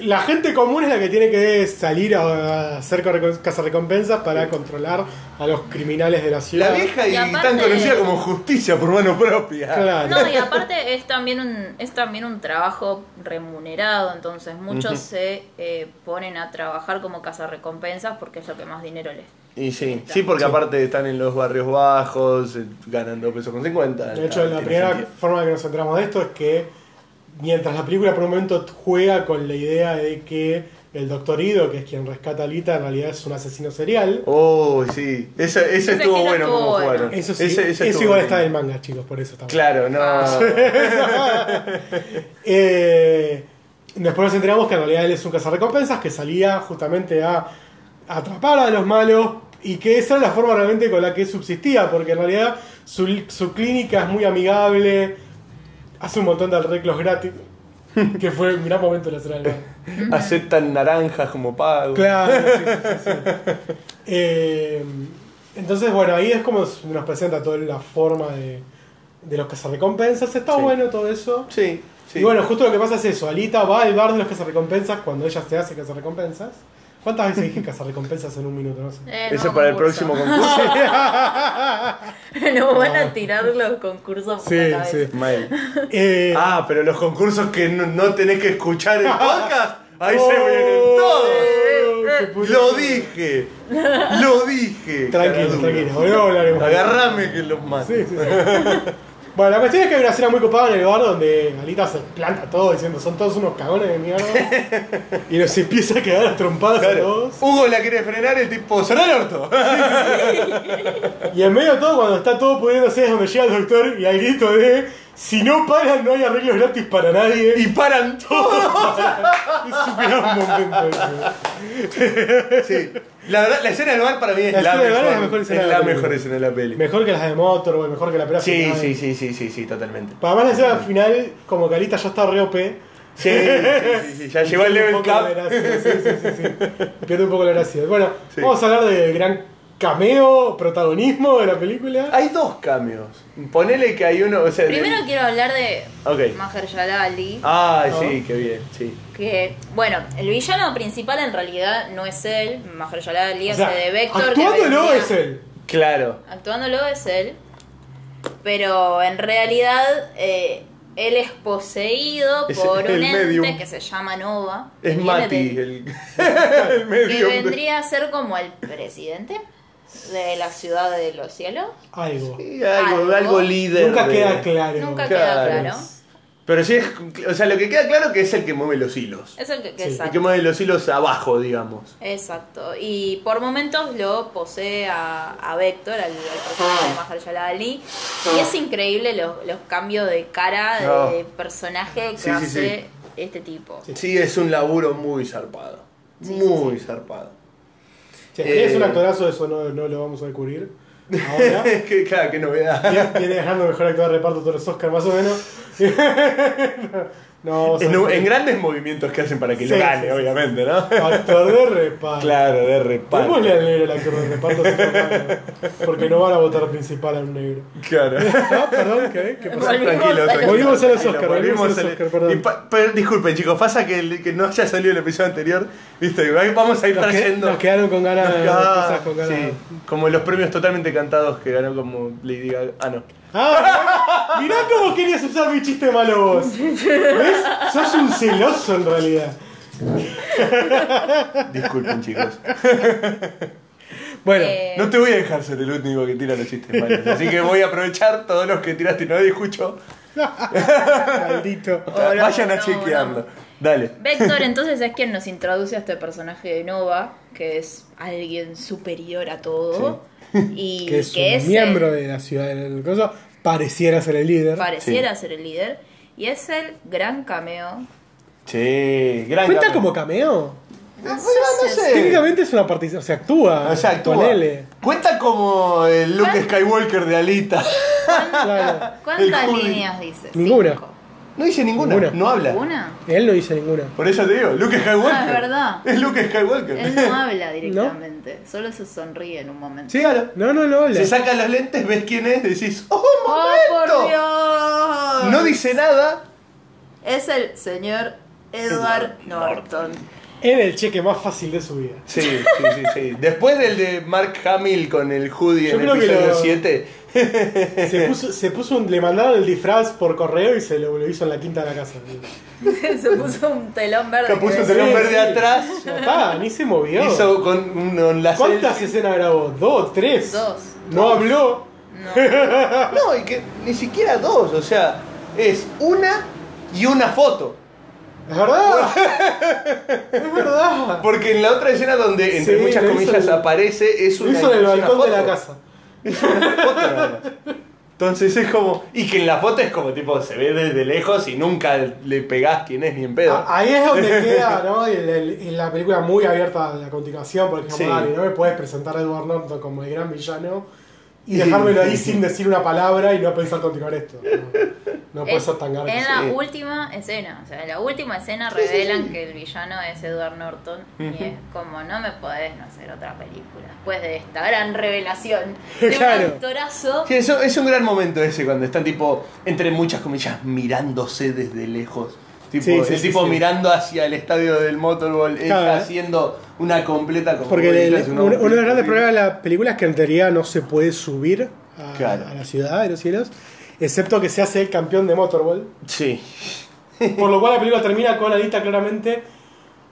la gente común es la que tiene que salir a a hacer corre- cazarrecompensas para controlar a los criminales de la ciudad.
La vieja y,
Y aparte-
tan conocida como justicia por mano propia.
Claro.
No, y aparte es también un, es también un trabajo remunerado, entonces muchos se eh, ponen a trabajar como cazarrecompensas porque es lo que más dinero les.
Y sí, sí, porque aparte están en los barrios bajos, eh, ganando pesos con 50.
De hecho,
Ah,
la
tiene
primera
sentido.
forma que nos centramos de esto es que mientras la película por un momento juega con la idea de que el doctor Ido, que es quien rescata a Lita, en realidad es un asesino serial.
Oh, sí. Eso, eso
Ese
estuvo
sí lo
bueno
estuvo
como
bueno.
jugaron.
Eso sí,
Ese- ese
eso
estuvo
igual
bueno.
está en el manga, chicos, por eso estamos.
Claro, no.
Eh, después nos enteramos que en realidad él es un cazarrecompensas que salía justamente a atrapar a los malos y que esa era la forma realmente con la que subsistía, porque en realidad su, su clínica es muy amigable, hace un montón de arreglos gratis, que fue un gran momento de la escena del baño.
Aceptan naranjas como pago.
Claro, sí, sí, sí, sí. Eh, entonces, bueno, ahí es como nos presenta toda la forma de, de los cazarrecompensas, está
Sí.
bueno todo eso.
Sí, sí.
Y bueno, justo lo que pasa es eso. Alita va al bar de los cazarrecompensas cuando ella se hace cazarrecompensas. ¿Cuántas veces dije cazarrecompensas en un minuto? No sé.
Eh,
eso
nuevo
para el
concurso.
próximo concurso.
Lo van a tirar los concursos por
Sí,
la cabeza.
Mal.
Eh,
Ah, pero los concursos que no, no tenés que escuchar en podcast, ahí
oh,
se vienen
qué
todos.
puto-
Lo dije, lo dije.
Tranquilo,
caradura.
tranquilo. Volvemos a hablar.
Agarrame que los mato.
Sí, sí, sí. Bueno, la cuestión es que hay una escena muy copada en el bar donde Alita se planta todo diciendo son todos unos cagones de mierda. y nos empieza a quedar las trompadas a
Claro.
todos.
Hugo la quiere frenar, el tipo, cerrá el orto.
Y en medio de todo, cuando está todo pudriéndose, es donde llega el doctor y al grito de si no paran, no hay arreglos gratis para nadie.
Y paran todo.
Es un gran momento. ese.
Sí. La verdad, la escena del bar para mí es
La
la,
escena del bar
mejor,
es la mejor escena de la
es la
peli.
mejor escena de la peli.
Mejor que las de Motorboy, mejor que la pelea
Sí,
final.
sí, sí, sí, sí, sí, totalmente.
Para más la escena final, como Carita ya está re OP.
Sí, sí, sí, sí, ya llegó el
pierde
level
un poco la
cap.
gracia, sí, sí, sí, sí. Pierde un poco la gracia. Bueno,
Sí.
vamos a hablar del gran cameo, protagonismo de la película.
Hay dos cameos. Ponele que hay uno. O sea, de-
Primero quiero hablar de
Ok.
Mahershala Ali.
Ah.
Ay,
No.
Ah, sí, qué bien, sí.
Que, bueno, el villano principal en realidad no es él. Mahershala Ali
O
hace
sea,
de Vector. que
actuándolo
vendría-
es él.
Claro.
Actuándolo es él. Pero en realidad eh, él es poseído
Es
por
el
un ente
medium.
que se llama Nova. que
Es
viene
Mati,
de-
el, el
que
medio.
vendría a ser como el presidente de la ciudad de los cielos.
Algo.
Sí, algo,
Algo.
algo líder.
Nunca
de-
queda claro.
Nunca queda
Claro.
claro.
Pero sí es. O sea, lo que queda claro que es el que mueve los hilos.
Es el que, que
Sí,
exacto.
El que mueve los hilos abajo, digamos.
Exacto. Y por momentos lo posee a, a Vector, al, al personaje de Mahershala Ali.
Ah.
Y es increíble los, los cambios de cara, de
No.
personaje que
Ah. Sí, sí,
hace
sí.
este tipo.
Sí, es un laburo muy zarpado. muy zarpado.
Sí,
Eh,
es un actorazo, eso no, no lo vamos a descubrir. Ahora.
que, claro, qué novedad.
Viene- Viene dejando mejor actor de reparto todos los Oscars, más o menos. no,
En,
soy
en grandes movimientos que hacen para que lo
Sí,
gane,
sí, sí.
obviamente, ¿no?
actor de reparto.
Claro, de reparto.
Démosle al negro el actor de reparto? si no, claro, Porque no van a votar principal a un negro.
Claro.
No, perdón, ¿qué? ¿Qué pasó?
Volvimos a los-
Volvimos a los
Tranquilo,
Oscar, volvimos a los
al-
Oscar, perdón.
Y pa- pero disculpen, chicos, pasa que, el- que no haya salido el episodio anterior, ¿viste? Vamos a ir
Nos, que-
trayendo.
nos quedaron con ganas de
Nos queda-
cosas con ganas.
sí, como los premios totalmente cantados que ganó como Lady Gaga. Ah, no.
Ah, mirá mirá cómo querías usar mi chiste malo vos. ¿Ves? Sos un celoso en realidad.
Disculpen, chicos.
Bueno,
Eh,
No te voy a dejar ser el único que tira los chistes malos. Así que voy a aprovechar todos los que tiraste y no escucho.
maldito.
Oh, no,
Vayan a
no,
chequearlo.
no.
Dale.
Vector entonces es quien nos introduce a este personaje de Nova, que es alguien superior a todo. Y
que es un
él
miembro de la ciudad del coso, pareciera ser el líder.
pareciera ser el líder. Y es el gran cameo.
Che, gran
¿Cuenta
cambio.
como cameo?
No, no sé.
Técnicamente es una participación, o sea, actúa.
O sea, Ah, actúa.
ponele.
Cuenta como el Luke Skywalker de Alita.
Claro.
¿Cuántas
El Hulk.
líneas dices?
Ninguna.
No dice ninguna,
Ninguna.
no habla.
¿Una?
Él no dice ninguna.
Por eso te digo, Luke Skywalker.
Ah, es verdad.
Es Luke Skywalker.
Él no habla directamente, solo se sonríe en un momento.
Sí, claro. No, no, no habla.
Se saca los lentes, ves quién es, decís, ¡Oh, un
¡Oh,
momento!
por Dios!
No dice nada.
Es el señor Edward Norton.
Era el cheque más fácil de su vida.
Sí, sí, sí, sí. Después del de Mark Hamill con el hoodie
Yo
en el
creo que
episodio
lo-
7.
Se puso, se puso un, le mandaron el disfraz por correo y se lo, lo hizo en la quinta de la casa.
se puso un telón verde.
Que puso
que
un
decía-
telón verde atrás.
Ya está, ni se movió.
Hizo con un- un la
¿Cuántas
selfie.
escenas grabó? ¿Dos? ¿Tres?
Dos.
No habló.
No.
No, y que ni siquiera dos, o sea, es una y una foto.
Es verdad. es verdad.
Porque en la otra escena donde, entre
Sí,
muchas
lo hizo
comillas,
en-
aparece, es
Lo
una,
hizo en el
es una
balcón de la
foto.
casa.
Es una foto nada más. Entonces es como. Y que en la foto es como tipo, se ve desde lejos y nunca le pegás quién es ni en pedo.
A- Ahí es donde queda, ¿no? El- el- el- la película muy abierta a la continuación, porque es como,
Sí.
dale, no me puedes presentar a Edward Norton como el gran villano y dejármelo ahí sin decir una palabra y no pensar continuar esto. No, no puedes
Es-
sostener
en
eso.
la
sí.
última escena, o sea, en la última escena revelan que el villano es Edward Norton y es como no me podés no hacer otra película después de esta gran revelación de
Claro.
un actorazo.
Sí, eso- es un gran momento ese cuando están tipo, entre muchas comillas, mirándose desde lejos. Tipo,
Sí, sí,
el
sí,
tipo
sí.
mirando hacia el estadio del Motorball, ella
Claro. ¿eh?
haciendo una completa como
Porque el-
ella es
uno,
hombre.
uno de los grandes problemas de la película es que en teoría no se puede subir a,
Claro.
a la ciudad de los cielos, excepto que se hace el campeón de Motorball.
Sí.
Por lo cual la película termina con Alita claramente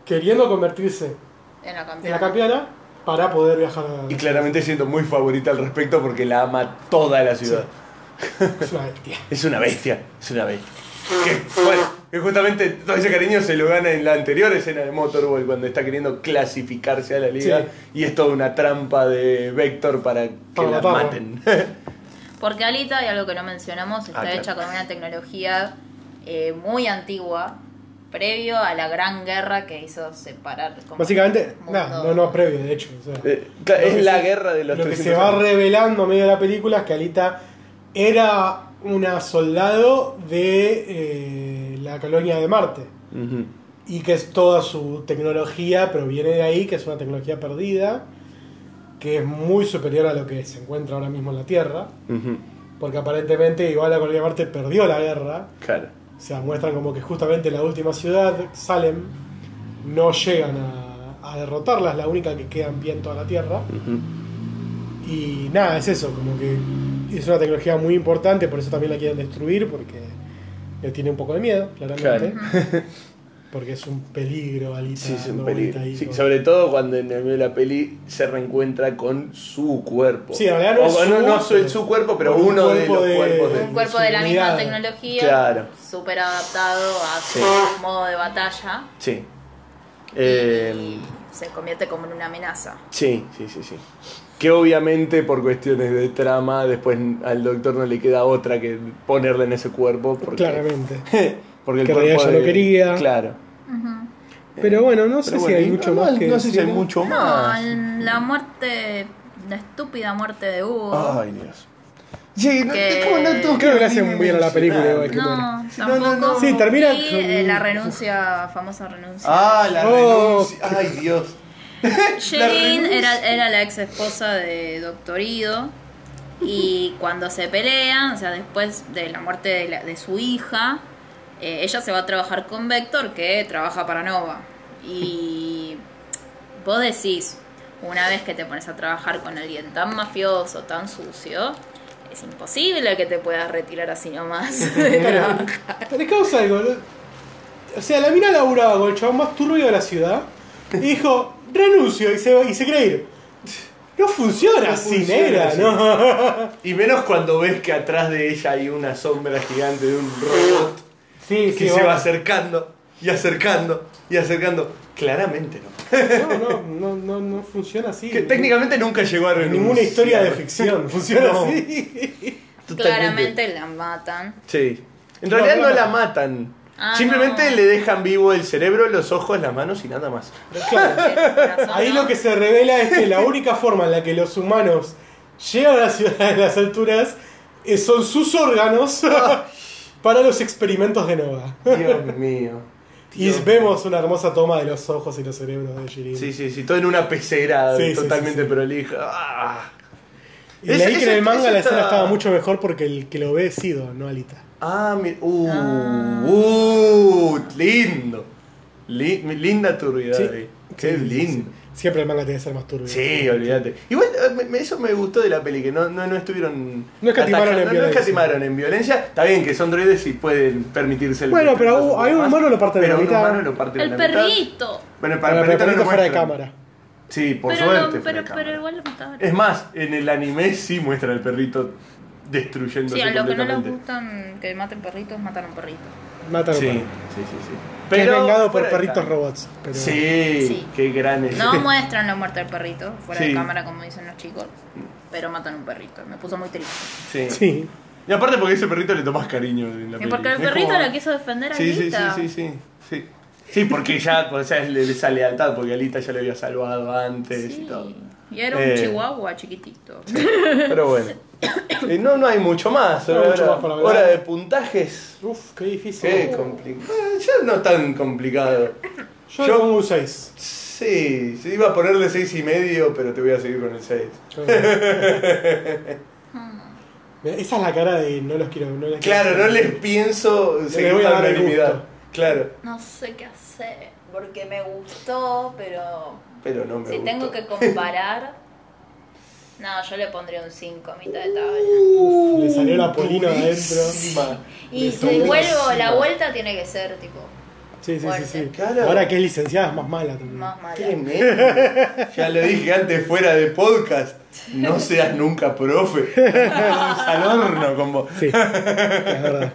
queriendo convertirse
En la campeona.
en la campeona para poder viajar a...
Y claramente siento muy favorita al respecto porque la ama toda la ciudad.
Es una bestia.
Es una bestia, es una bestia. Que, bueno, que justamente todo ese cariño se lo gana en la anterior escena de Motorball cuando está queriendo clasificarse a la liga
Sí.
y es toda una trampa de Vector para que
Para
la
matarlo.
maten.
Porque Alita, y algo que no mencionamos, está
Ah, claro.
hecha con una tecnología eh, muy antigua, previo a la gran guerra que hizo separar. como
Básicamente,
mundo.
nada, no, no, previo, de hecho. o sea,
Eh, claro,
Lo
es
que
la
se-
guerra de los
lo que se
300
va revelando a medio de la película es que Alita era una soldado de eh, la colonia de Marte.
Ujú.
Y que es toda su tecnología proviene de ahí, que es una tecnología perdida, que es muy superior a lo que se encuentra ahora mismo en la Tierra,
Ujú,
porque aparentemente igual la colonia Marte perdió la guerra,
Claro.
o sea, muestran como que justamente la última ciudad, Salem, no llegan a, a derrotarla, es la única que queda en pie en toda la Tierra,
Ujú.
y nada, es eso, como que es una tecnología muy importante, por eso también la quieren destruir, porque le tiene un poco de miedo, claramente. Porque es un peligro, Alita.
Sí, es
dando
un
vuelta
peligro.
ahí
Sí,
con-
sobre todo cuando en el medio de la peli se reencuentra con su cuerpo.
Sí, en realidad no
O
es
con-
su,
no, no soy su cuerpo, pero
con un
uno de
cuerpo
los
de-
cuerpos
Un
de...
cuerpo de la misma
Unidad.
tecnología,
Claro.
súper adaptado a su
Sí.
modo de batalla.
Sí. Eh,
y se convierte como en una amenaza.
sí, sí, sí, sí. Que obviamente por cuestiones de trama, después al doctor no le queda otra que ponerle en ese cuerpo. Porque, Eh,
Claramente.
Porque el
Que en
cuerpo
realidad ya lo quería.
Claro.
Pero bueno, no sé
Pero
si
bueno,
hay
y
mucho
no,
más
no-
que.
No sé si hay
decir, ¿no?
mucho
No,
más.
la muerte, la estúpida muerte de Hugo.
Ay, Dios. Sí, no,
Que-
es como no todos
Creo que le
quieren
hacen bien a la película,
mencionar.
igual que-
no,
bueno.
tampoco.
No, no, no.
Sí, termina
Y
con-
eh, la renuncia, famosa renuncia.
Ah, la
Oh,
renuncia. Ay, Dios.
Jane
renuncia.
era, era la ex esposa de Doctor Ido. Y cuando se pelean, o sea, después de la muerte de, la- de su hija, eh, ella se va a trabajar con Vector, que trabaja para Nova. Y vos decís, una vez que te pones a trabajar con alguien tan mafioso, tan sucio, es imposible que te puedas retirar así nomás.
Pero, les causa algo. ¿no? O sea, la mina laburaba con el chabón más turbio de la ciudad y dijo: renuncio y se, va- y se quiere ir. No funciona
No
así,
funciona
negra,
así.
¿no?
Y menos cuando ves que atrás de ella hay una sombra gigante de un robot
Sí,
que
sí,
se
bueno.
va acercando y acercando y acercando. Claramente no.
No, no, no, no, no funciona así.
Que técnicamente nunca llegó a renunciar.
Ninguna historia de ficción funciona
No.
así.
Totalmente.
Claramente la matan.
Sí. En
No,
realidad
no
no
la
la matan.
Ah,
Simplemente
no.
le dejan vivo el cerebro, los ojos, las manos y nada más.
Claro.
El corazón,
Ahí
¿no?
lo que se revela es que la única forma en la que los humanos llegan a la ciudad de las alturas eh, son sus órganos para los experimentos de Nova.
Dios mío.
Y
Dios.
vemos una hermosa toma de los ojos y los cerebros de Jirin.
Sí, sí, sí, todo en una pecera
Sí, sí,
totalmente
sí, sí.
prolija. Ah.
Y
Ese-
leí que en
ese-
el manga
ese
la
está-
escena estaba mucho mejor porque el que lo ve es Sido, no Alita.
Ah, mi- uh,
Ah.
uh, lindo. Li- linda turbidez.
Sí.
ahí. Qué
Sí, sí,
lindo.
sí. Siempre el manga tiene que ser más turbio.
Sí, olvídate. Igual eh, me- me- eso me gustó de la peli, que no, no, no estuvieron.
No escatimaron en
no- no
violencia.
escatimaron en violencia. Está bien que son droides y pueden permitirse el
Bueno, pero
cosas
hay un
más,
humano lo parte de
pero
la
un
mitad.
humano lo parte de
El
la mitad.
perrito.
Bueno, para,
Para,
el perrito no lo
fuera de
muestran.
cámara.
Sí, por
pero
suerte.
no,
fuera de
pero,
cámara.
pero igual lo mataron.
Es más, en el anime sí muestra al perrito destruyéndose
Sí, a los que no les
completamente.
gustan que maten perritos, matan a un perrito.
Mátalo.
sí, sí,
perro.
sí, sí.
Que es vengado por
fuera de
perritos
cámara.
robots. pero-
Sí,
Sí.
qué gran es.
No muestran la muerte del perrito, fuera
Sí.
de cámara, como dicen los chicos, pero matan a un perrito. Me puso muy triste.
Sí.
Sí.
Y aparte porque a ese perrito le tomás cariño en la
Y
peli.
porque el
Es
perrito
como-
la quiso defender a
sí, sí, sí,
Alita.
sí, sí, sí. Sí, porque ya, o sea, es le- esa lealtad, porque Alita ya le había salvado antes y
Sí.
todo.
Y era un
Eh.
chihuahua chiquitito.
Pero bueno. Eh, no, no hay mucho más.
No hay
Hora-
mucho más para hablar.
Hora de puntajes.
Uf, qué difícil.
Qué
Oh.
complicado. Ya no es tan complicado.
Yo le pongo un 6.
Sí, sí, iba a ponerle seis y medio, pero te voy a seguir con el 6.
Esa es la cara de no los quiero. No les
Claro,
quiero.
no les pienso seguir
voy a
la
dar el
unanimidad.
gusto.
Claro,
No sé qué hacer, porque me gustó, pero
pero no me
si
gustó.
tengo que comparar... No, yo le pondría un 5 a mitad de tabla.
Uh,
Uf, le salió la Polina adentro.
durísima.
Y
Le
si
salió
vuelvo, la
durísima.
vuelta tiene que ser tipo
Sí, sí, sí, sí.
Claro.
Ahora que es licenciada es más mala
Mm.
también.
más mala.
Tremendo. Ya lo dije antes fuera de podcast. No seas nunca profe. Al horno con vos.
Sí, la verdad.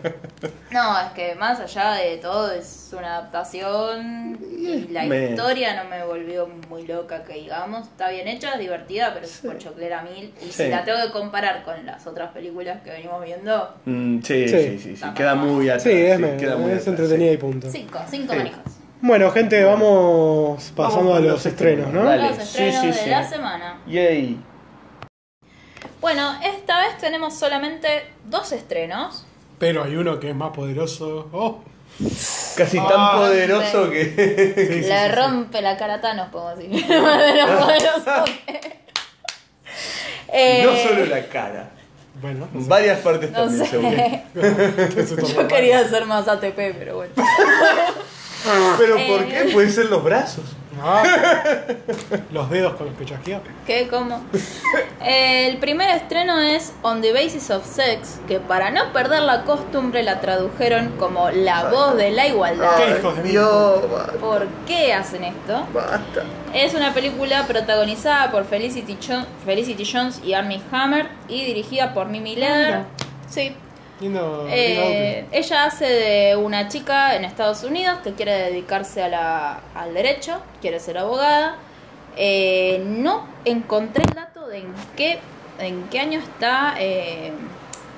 No, es que más allá de todo es una adaptación y la
Me-
historia no me volvió muy loca que digamos. Está bien hecha, es divertida, pero es por choclera mil. Y
Sí.
si la tengo que comparar con las otras películas que venimos viendo,
Mm, sí,
Sí.
sí, sí, sí. Queda muy atrás.
Sí, es,
sí,
me-
queda muy
es
atrás,
entretenida
sí.
y punto.
cinco, cinco
Sí.
manijas.
Bueno, gente, vamos pasando
Vamos
a
con
los,
los
estrenos,
estrenos,
¿no?
dale.
Los
sí,
estrenos
sí,
de
sí.
la semana.
Yay.
Bueno, esta vez tenemos solamente dos estrenos.
Pero hay uno que es más poderoso. Oh,
Casi tan
Ah,
poderoso que.
sí, sí,
Le
sí, sí.
rompe la cara a Thanos, podemos decir. De lo poderoso que es. Eh,
No solo la cara.
Bueno, Este no sé.
Varias partes
No
también, seguro.
sé.
Entonces,
Yo quería hacer más ATP, pero bueno.
Pero ¿por
Eh.
qué? Pueden ser los brazos.
Ah. los dedos con los que chasquea.
¿Qué? ¿Cómo? El primer estreno es On the Basis of Sex, que para no perder la costumbre la tradujeron como La voz de la igualdad.
¿Qué hijos de mil?
Dios, ba-
¿Por qué hacen esto?
basta.
Es una película protagonizada por Felicity, Jo- Felicity Jones y Armie Hammer y dirigida por Mimi Leder.
Mira.
Sí.
Lindo.
Eh, ella hace de una chica en Estados Unidos que quiere dedicarse a la- al derecho, quiere ser abogada. Eh, no encontré el dato de en qué, en qué año está, eh,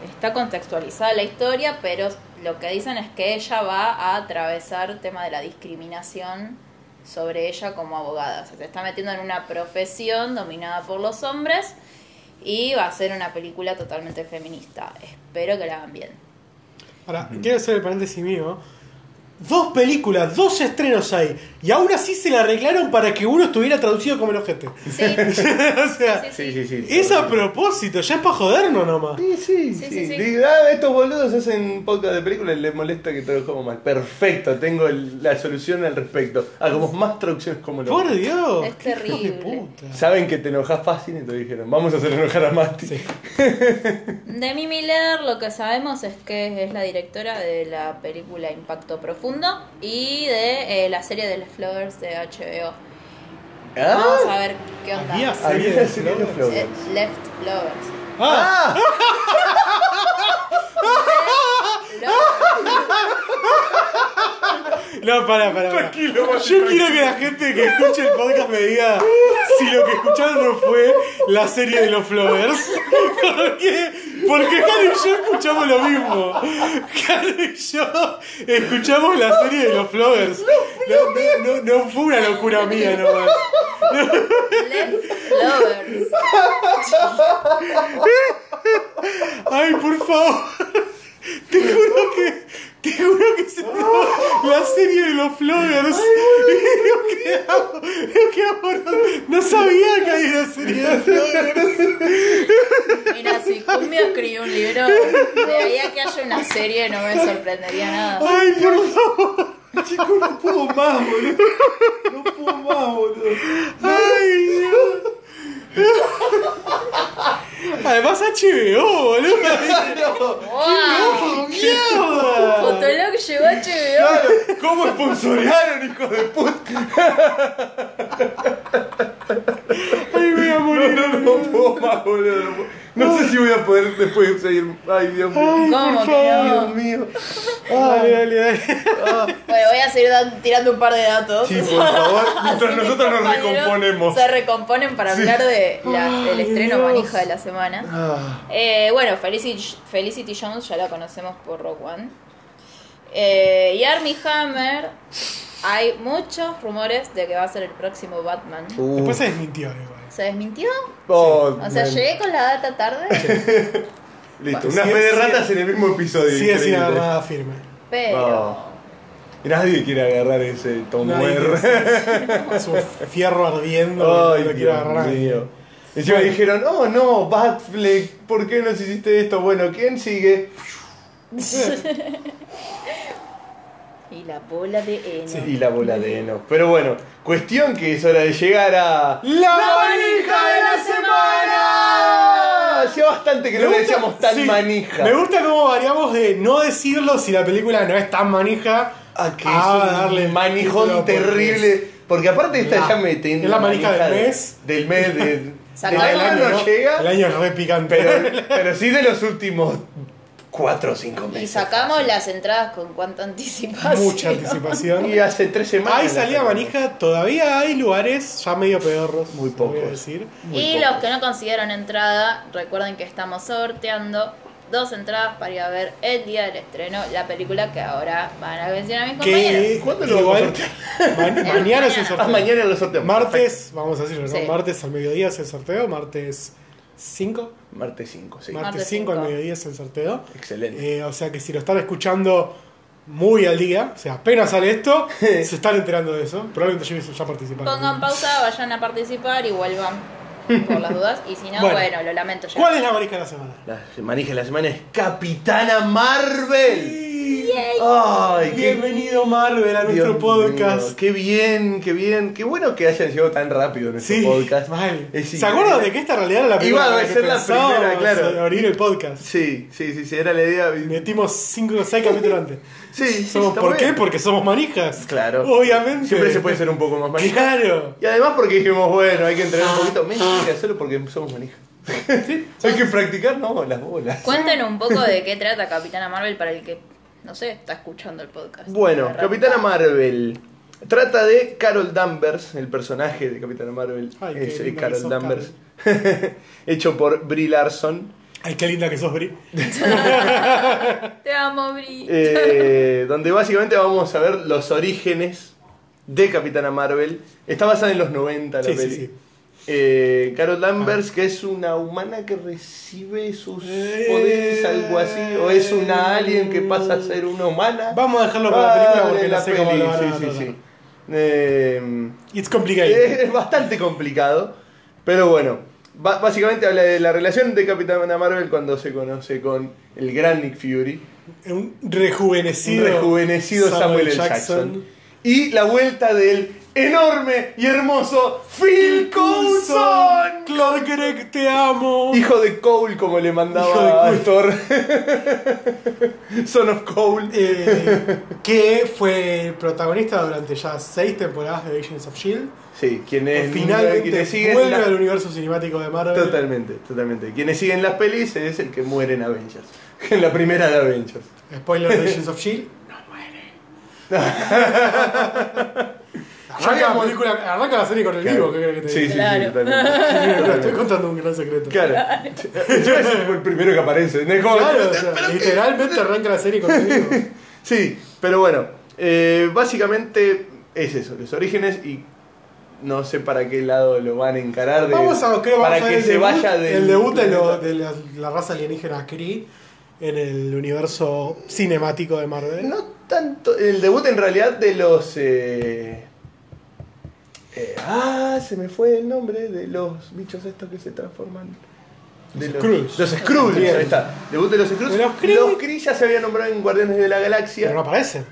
está contextualizada la historia, pero lo que dicen es que ella va a atravesar el tema de la discriminación sobre ella como abogada. O sea, se está metiendo en una profesión dominada por los hombres y va a ser una película totalmente feminista. Espero que la hagan bien.
Ahora, quiero hacer el paréntesis mío. Dos películas, dos estrenos hay. Y aún así se la arreglaron para que uno estuviera traducido como el ojete.
Sí, sí,
o sea,
sí.
Sí, sí, sí.
es a propósito, ya es para jodernos nomás.
Sí,
Sí,
sí, sí.
sí, sí.
Digo, ah, estos boludos hacen podcast de películas y les molesta que todo como mal. Perfecto, tengo el- la solución al respecto. Hagamos más traducciones como
Por
lo
Dios.
Es
qué hijos de
terrible.
puta.
Saben que te enojas fácil y te dijeron, vamos a hacer enojar a Mati.
Sí.
De Mimi Leder lo que sabemos es que es la directora de la película Impacto Profundo y de eh, la serie de los Flowers de HBO.
¿Ah?
Vamos a ver qué onda.
Había serie
Había
de
serie de
Flowers.
Eh,
Flowers.
Left Lovers.
Ah,
¡Ah!
Lovers.
no, pará, pará. pará.
Tranquilo, Mati,
Yo quiero que la gente que escuche el podcast me diga si lo que escucharon no fue la serie de los Flowers. ¿Por qué? Porque Jaro y yo escuchamos lo mismo. Jaro y yo escuchamos la serie de los Flowers. No, no, no- no fue una locura mía nomás.
Left Lovers.
Ay, por favor. Te juro que. Te juro que se la serie de los Flowers. Y nos quedamos. Nos quedamos. No, no sabía que había una serie de Flowers.
Mira, si Cumbia escribió un libro, de ahí a que haya una serie no me sorprendería nada.
Ay, por favor.
Chicos, no puedo más, boludo. No puedo más, boludo.
Ay, Dios. Además HBO, boludo.
¡Wow!
¡Mierda!
Fotolog llegó a HBO.
Claro, ¿Cómo esponsorearon, hijo de puta?
Ay, me voy a
No,
morir.
no, no puedo más, boludo. No, puedo- no sé si voy a poder después seguir. Ay, Dios mío.
Ay,
¿Cómo
por
que
favor.
no?
Dios mío. Ah.
Dale, dale, dale.
Bueno, voy a seguir dan- tirando un par de datos.
Sí, por favor, mientras
Así
nosotros
mis
nos
compañeros
recomponemos.
Se recomponen para hablar de la- del
Ay,
estreno
Dios.
manija de la semana.
Ah,
Eh, bueno, Felicity, Felicity Jones ya la conocemos por Rock One. Eh, y Armie Hammer, hay muchos rumores de que va a ser el próximo Batman.
uh.
Después se desmintió, me parece.
¿Se desmintió?
Oh,
O sea,
man.
llegué con la data tarde,
Listo,
Sí,
una fe de
sí.
ratas en el mismo episodio.
Sigue sin
increíble.
nada firme.
pero...
Oh. Nadie quiere agarrar ese Tom
Nadie
Werner.
quiere- su fierro ardiendo.
Ay,
no lo
Dios
quiero agarrar.
mío. Encima dijeron, oh no, Batfleck, ¿por qué nos hiciste esto? Bueno, ¿quién sigue?
Y la bola de heno.
Y la bola de heno. Pero bueno, cuestión que es hora de llegar a...
¡La
manija de la semana!
Hacía bastante que no le decíamos tan
sí,
manija.
Me gusta cómo variamos de no decirlo si la película no es tan manija.
Ah, que
a
es un
darle el título
manijón
porque
terrible.
es-
Porque aparte esta
La-
ya mete
es la manija del mes.
Del mes, de, del
Sacarla.
El año,
año
¿no?
no llega.
El año es re picante.
Pero, pero sí de los últimos 4 o 5 meses.
Y sacamos las entradas con cuánta anticipación.
Mucha anticipación.
Y hace 3 semanas.
Ahí
la
salía
sacamos.
manija. Todavía hay lugares ya medio pedorros.
Muy
voy a
pocos.
decir.
Muy
Y
poco.
los que no consiguieron entrada, recuerden que estamos sorteando dos entradas para ir a ver el día del estreno la película que ahora van a mencionar mis compañeros.
Que
¿Cuándo lo vamos a
igual- ma- mañana es el
Ah,
sorteo.
mañana lo sorteamos.
Martes, vamos a decirlo, ¿no?
Sí.
martes al mediodía es el sorteo, martes 5,
Martes 5, sí.
martes
Martes
5 al
cinco.
mediodía es el sorteo.
Excelente.
Eh, o sea que si lo están escuchando muy al día, o sea, apenas sale esto, se están enterando de eso. Probablemente yo hubiese ya participado.
Pongan pausa, vayan a participar y vuelvan por las dudas. Y si no,
Bueno.
bueno, lo lamento ya.
¿Cuál es la manija de la semana?
La manija de la semana es Capitana Marvel. Ay, qué
Bienvenido Marvel a nuestro
Dios
podcast.
mío, Qué bien, qué bien. Qué bueno que hayan llegado tan rápido en nuestro
Sí,
podcast.
mal.
Es
¿Se
increíble.
acuerdan de que esta realidad era la primera?
Iba a ser la primera, claro.
Abrir el podcast.
Sí, sí, sí, sí, era la idea.
Metimos 5 o 6 capítulos antes.
Sí, sí,
Somos,
está
¿Por
muy
qué?
bien.
Porque somos manijas.
Claro.
Obviamente.
Siempre se puede ser un poco más manija.
Claro.
Y además porque dijimos, bueno, hay que entrenar
Ah.
un poquito. Mentira, solo porque somos manija. hay que practicar, no, las bolas.
Cuenten un poco de qué trata Capitana Marvel para el que, no sé, está escuchando el podcast.
Bueno,
Para
Capitana
arrancar.
Marvel. Trata de Carol Danvers, el personaje de Capitana Marvel.
Ay, qué
es eh,
lindo que
Carol
sos,
Danvers. Hecho por Brie Larson.
Ay, qué linda que sos, Bri.
Te amo, Bri.
Eh, donde básicamente vamos a ver los orígenes de Capitana Marvel. Está basada en los 90 la
Sí, sí,
peli.
sí. Ah.
Eh, Carol Danvers, que es una humana que recibe sus
Eh.
poderes, algo así, o es una alien que pasa a ser una humana.
Vamos a dejarlo para la película
Ah,
porque
en
no sé cómo
peli,
lo van a
sí, sí,
tratar.
sí. Eh,
It's complicated.
es, es bastante complicado, pero bueno. ba- básicamente habla de la relación de Capitana Marvel cuando se conoce con el gran Nick Fury.
Un rejuvenecido,
Un rejuvenecido Samuel L. Jackson. Y la vuelta del enorme y hermoso Phil Coulson.
Clark Gregg, te amo.
Hijo de Cole, como le
Hijo
mandaba
de
Thor. Son of Cole.
Eh, que fue protagonista durante ya seis temporadas de Agents of Shield.
Sí,
E
quienes
Pues Finalmente
quienes siguen
vuelve
la-
al universo cinemático de Marvel.
Totalmente, totalmente. Quienes siguen las pelis es el que muere en Avengers. En la primera de Avengers.
Spoiler de Agents of Shield. E No muere. arranca, la
Habíamos-
película, arranca la serie con el vivo. ¿qué querés que te
sí, sí,
diga?
sí,
Claro.
totalmente.
Te Estoy
Totalmente.
contando un gran secreto.
Claro. Yo es el primero que aparece. ¿no? Es como-
Claro, o sea, literalmente arranca la serie con el vivo.
Sí, pero bueno, eh, básicamente es eso, los orígenes y no sé para qué lado lo van a encarar. de-
Vamos a, creo, vamos
para
a ver
que
el
se
debut,
vaya del
el debut de, lo- de la, la raza alienígena Kree en el universo cinemático de Marvel.
No tanto, el debut en realidad de los... eh, eh, ah, se me fue el nombre de los bichos estos que se transforman. De
Los Skrulls.
Los Skrulls,
Bien.
ahí está. Debut de los Skrulls.
De los Kree.
Los Kree ya se habían nombrado en Guardianes de la Galaxia.
Pero no aparecen.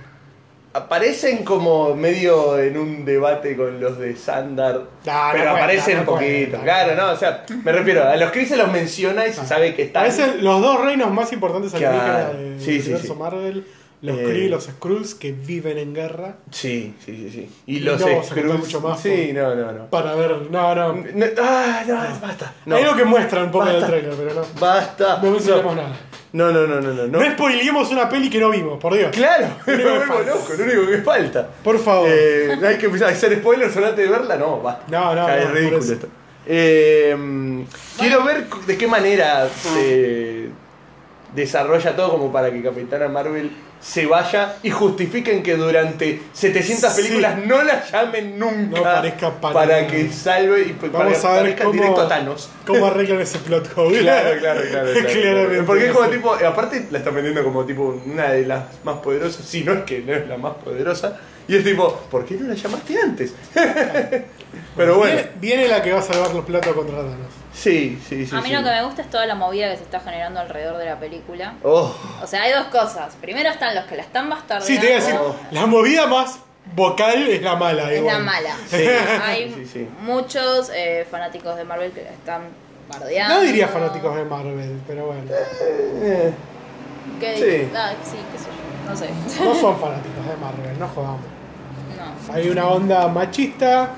Aparecen como medio en un debate con los de Sandar.
Ah, no
pero
cuenta,
aparecen
no
un poquito.
cuenta. Ah.
claro, no, o sea, me refiero, a los Chris se los menciona y se sabe que están.
Aparecen los dos reinos más importantes
Claro.
alienígenas del
Sí, sí,
universo
sí.
Marvel. Los
Eh.
Kree y los Skrulls que viven en guerra.
Sí, sí, sí, sí. Y
Y
los
no vamos a contar
Skrulls-
mucho más,
Sí, no, no, no.
Para ver... No, no.
No, ah, no, basta. No,
Hay algo que muestra un poco del
Basta.
trailer, pero no.
Basta.
No mencionamos
no.
nada.
No, no, no, no, no, no.
No. spoileemos una peli que no vimos, por Dios.
Claro,
Lo único
me
que
vuelvo
falta.
loco, lo único que falta.
Por favor.
Eh, hay que empezar a hacer spoilers antes de verla, no, va.
No, no, no,
Ya es
por
ridículo
eso.
esto. Eh, mm, quiero ver cu- de qué manera se desarrolla todo como para que Capitana Marvel se vaya y justifiquen que durante 700
Sí.
películas no la llamen nunca
No parezca para nada.
que salve y pa-
Vamos a
para que
ver
parezca
cómo,
directo a Thanos.
cómo arreglan ese plot hole.
Claro, claro, claro. claro,
Claramente.
claro. Porque es como
Sí.
tipo, aparte la están vendiendo como tipo una de las más poderosas, si no es que no es la más poderosa. Y es tipo, ¿por qué no la llamaste antes? Pero bueno,
Viene, viene la que va a salvar los platos contra Thanos.
sí, sí, sí.
a mí
sí.
lo que me gusta es toda la movida que se está generando alrededor de la película.
Oh,
O sea, hay dos cosas. Primero están los que la están bastardeando.
Sí, te iba a decir,
No.
la movida más vocal es la mala.
Es la
igual.
mala.
Sí,
Hay
sí, sí.
muchos eh, fanáticos de Marvel que la están bardeando.
No diría fanáticos de Marvel, pero bueno.
eh,
¿Qué
Sí.
digo? Ah, sí, qué sé yo. No sé.
No son fanáticos de Marvel, no jodamos.
No.
Hay una onda machista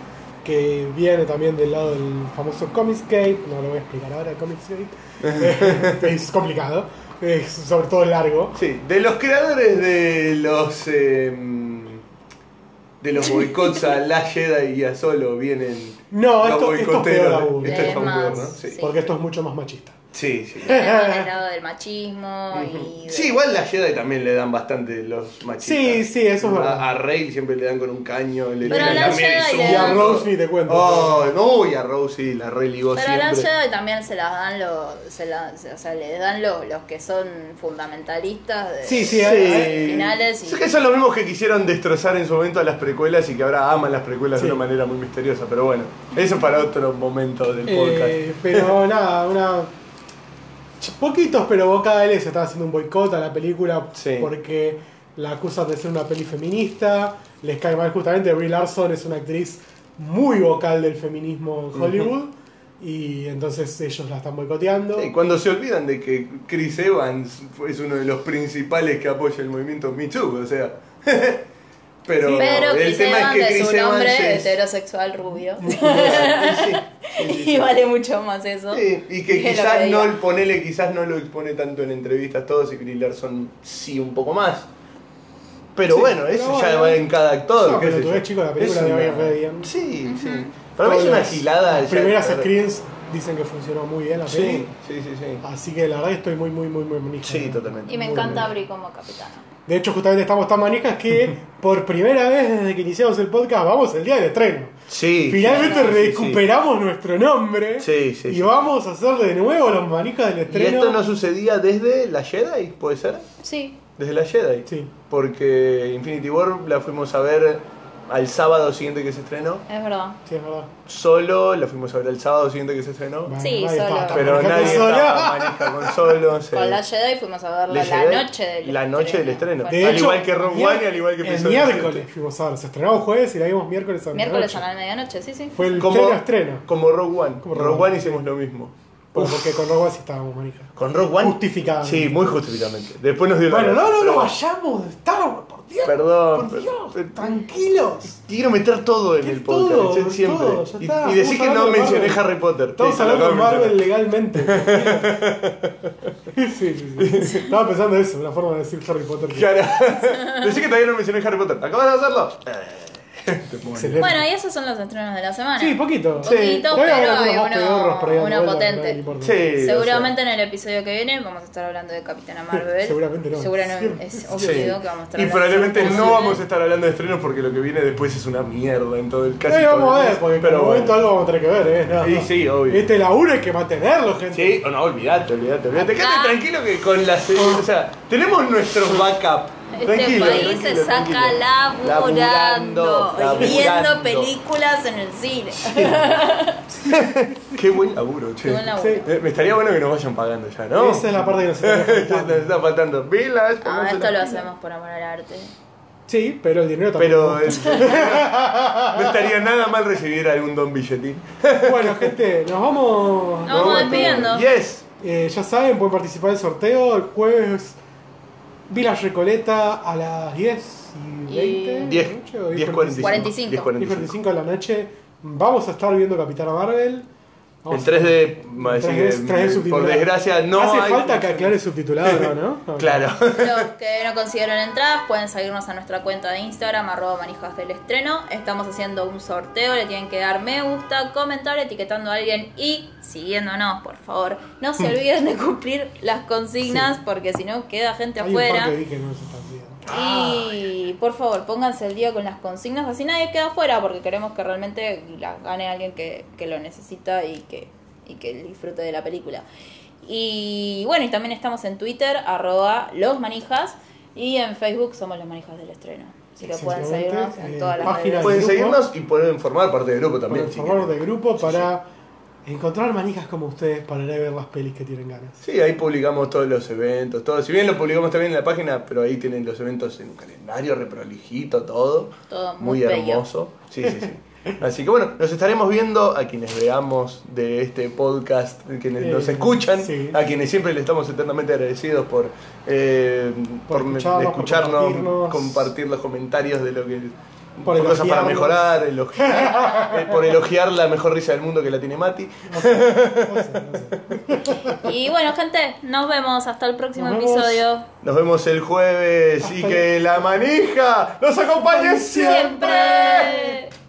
que viene también del lado del famoso Comicscape. No lo voy a explicar ahora, Comicscape. Eh, es complicado, es sobre todo largo.
sí, de los creadores de los em, de los boicots a la Jedi y a Solo vienen
No,
los
esto- esto es peor aún.
Esto es aún
Además,
peor, ¿no? Sí.
sí.
Porque esto es mucho más machista.
Sí, sí.
Están del lado del machismo y. de-
Sí, igual la Jedi también le dan bastante los machistas.
Sí, sí, eso es
a,
verdad.
A Rey siempre le dan con un caño, le
Pero
tiran
a la
media
Jedi
sopa.
le
Y a
dan-
Rose ni te cuento.
Oh, no, y a Rose sí, la religó
Pero a la
siempre.
Jedi también se las dan los. Se la- se- o sea, les dan los, los que son fundamentalistas. De,
Sí, sí,
de
hay-
Finales y.
Es que son los mismos que quisieron destrozar en su momento a las precuelas y que ahora aman las precuelas
Sí.
de una manera muy misteriosa, pero bueno. Eso para otro momento del podcast.
Eh, pero nada, una. Poquitos, pero Bocadele se está haciendo un boicot a la película
Sí.
porque la acusan de ser una peli feminista. Les cae mal justamente. Brie Larson es una actriz muy vocal del feminismo en Hollywood. Y entonces ellos la están boicoteando.
Sí, cuando se olvidan de que Chris Evans fue- es uno de los principales que apoya el movimiento Me Too, o sea. pero,
Pero
el
Chris
tema
Evans
es que
es,
Chris
un hombre
Evans es-
heterosexual rubio.
Sí, sí, sí, sí.
y vale mucho más eso.
Sí, y que
que lo
quizás
que
no,
diga.
ponele, quizás no lo expone tanto en entrevistas todos y Chris Larson sí un poco más. Pero
Sí,
bueno,
pero
eso
bueno.
ya va en cada actor.
No,
qué
pero
sé
tú
yo.
ves, chico, la película
Es
le va a ir
una-
re bien.
Sí, sí.
Ujú.
Para mí
Todas
es una
las-
gilada.
Las
ya-
primeras screens dicen que funcionó muy bien la peli.
Sí, sí, sí. sí.
Así que la verdad estoy muy, muy, muy, muy manija.
Sí, totalmente.
Y me
Muy
encanta
bien.
Brie como capitana.
De hecho, justamente estamos tan manijas que por primera vez desde que iniciamos el podcast vamos el día del estreno.
Sí.
Finalmente
sí, sí, sí, sí.
recuperamos nuestro nombre
Sí, sí,
y
sí.
vamos a hacer de nuevo los manijas del
Y
estreno.
esto no sucedía desde la Jedi, ¿puede ser?
Sí.
Desde la Jedi.
Sí.
Porque Infinity War la fuimos a ver al sábado siguiente que se estrenó.
Es verdad.
Sí, es verdad.
Solo, la fuimos a ver al sábado siguiente que se estrenó.
Bueno,
Sí,
nadie
solo.
estaba tan
Pero
manija
nadie
como solo.
estaba manija con solo. se-
Con la Jedi fuimos a verla
Le
la,
llevé
noche del
la noche del estreno.
Fue
De
Al
hecho,
igual que Rogue One y al igual que
el
Episodio
miércoles
siete.
fuimos a ver. Se estrenaba un jueves y la vimos miércoles a la
Miércoles a
noche.
la medianoche, sí, sí.
Fue el
Como,
pleno estreno.
como Rogue One.
Como
Rogue,
Rogue
One
One,
hicimos lo mismo.
Bueno, porque con Rogue One sí estábamos manijas.
Con Rogue One.
Justificado.
Sí, muy justificadamente. Después nos dio la
Bueno, no, no,
pero
no
bueno.
vayamos de Star Wars, por Dios.
Perdón. eh,
Por
per-
Dios,
per-
tranquilos.
Quiero meter todo en
¿Qué
el
todo?
podcast, sí, siempre.
Todo, ya
Y-
está.
y, decís
Estamos
que no
hablando de
mencioné
Marvel.
Harry Potter.
Estamos
Sí,
hablando de
lo acabo
Marvel
mencionar.
legalmente. sí, sí, sí. Estaba pensando eso, una forma de decir Harry Potter. que-
Claro. Decís que todavía no mencioné Harry Potter. ¿Acabas de hacerlo?
Eh,
Te muero.
Excelente.
Bueno, y esos son los estrenos de la semana.
Sí, poquito.
Poquito, pero hay uno- uno potente.
Sí, o sea,
Seguramente en el episodio que viene vamos a estar hablando de Capitana Marvel.
Seguramente no.
Seguramente
Siempre.
es
Sí.
obvio que vamos a estar
Y
hablando
probablemente
de
no vamos a estar hablando de estrenos porque lo que viene después es una mierda en todo el caso.
Ahí vamos a ver, porque en
pero
algún momento
bueno.
algo vamos a tener que ver, ¿eh? No,
Sí,
no.
sí, obvio.
Este laburo hay que mantenerlo, gente.
Sí, o no, olvídate, olvídate, olvídate.
Acá-
Quédate tranquilo que con la serie, o sea, tenemos nuestros backup.
Este
tranquilo,
país
tranquilo,
se saca
tranquilo.
laburando,
Laburando,
y viendo
laburando.
películas en el cine.
Qué buen laburo, che.
Qué buen laburo.
Sí.
Eh, Me estaría bueno que nos vayan pagando ya, ¿no?
Esa es la parte que nos está
Ya nos
faltando.
está faltando. Pilas,
Ah,
pongámosela
esto lo
pilas.
hacemos por amor al arte.
Sí, pero el dinero también.
Pero eh, no estaría nada mal recibir algún don billetín.
Bueno, gente, nos vamos.
No. Nos vamos despidiendo.
Yes.
Eh, ya saben, pueden participar del sorteo el jueves Village Recoleta a las 10 y
Y-
20.
10,
¿no?
10, 45.
45.
10,
10 45 de la noche. Vamos a estar viviendo Capitana Marvel. Vamos
En
a-
3D, va a decir
3D,
que,
3D
por
subtitulado.
desgracia, no
Hace
hay-
falta que aclare subtitulado, ¿no? Ok.
Claro.
Los que no consiguieron entradas pueden seguirnos a nuestra cuenta de Instagram, arroba manijas del estreno. Estamos haciendo un sorteo, le tienen que dar me gusta, comentar, etiquetando a alguien y siguiéndonos, por favor. No
Hmm.
se olviden de cumplir las consignas, porque si no queda gente
Hay un par
afuera.
que vi que no se están viendo.
Y por favor, pónganse el día con las consignas, así nadie queda afuera, porque queremos que realmente las gane alguien que, que lo necesita y que, y que disfrute de la película. Y bueno, y también estamos en Twitter, arroba los manijas, y en Facebook somos los manijas del estreno. Así que pueden seguirnos
Exactamente.
en
Eh,
todas las
página
redes.
de-
Pueden
grupo.
seguirnos y pueden formar parte del grupo también.
Para
si
formar
quieren.
de grupo para encontrar manijas como ustedes para ir a ver las pelis que tienen ganas.
Sí, ahí publicamos todos los eventos, todo. Si bien lo publicamos también en la página, pero ahí tienen los eventos en un calendario reprolijito, todo.
Todo muy
muy hermoso. Sí, sí, sí. Así que bueno, nos estaremos viendo a quienes veamos de este podcast, a quienes
Eh,
nos escuchan,
sí.
a quienes siempre le estamos eternamente agradecidos por, eh,
Por
por me-
escucharnos,
escucharnos,
por compartirnos.
compartir los comentarios de lo que.
Por
por cosas para
elogiarnos.
mejorar, elogiar, eh, por elogiar la mejor risa del mundo que la tiene Mati.
No sé, no sé.
Y bueno, gente, nos vemos hasta el próximo
Nos vemos.
episodio.
Nos vemos el jueves y
Hasta
que la manija los acompañe siempre.
Siempre.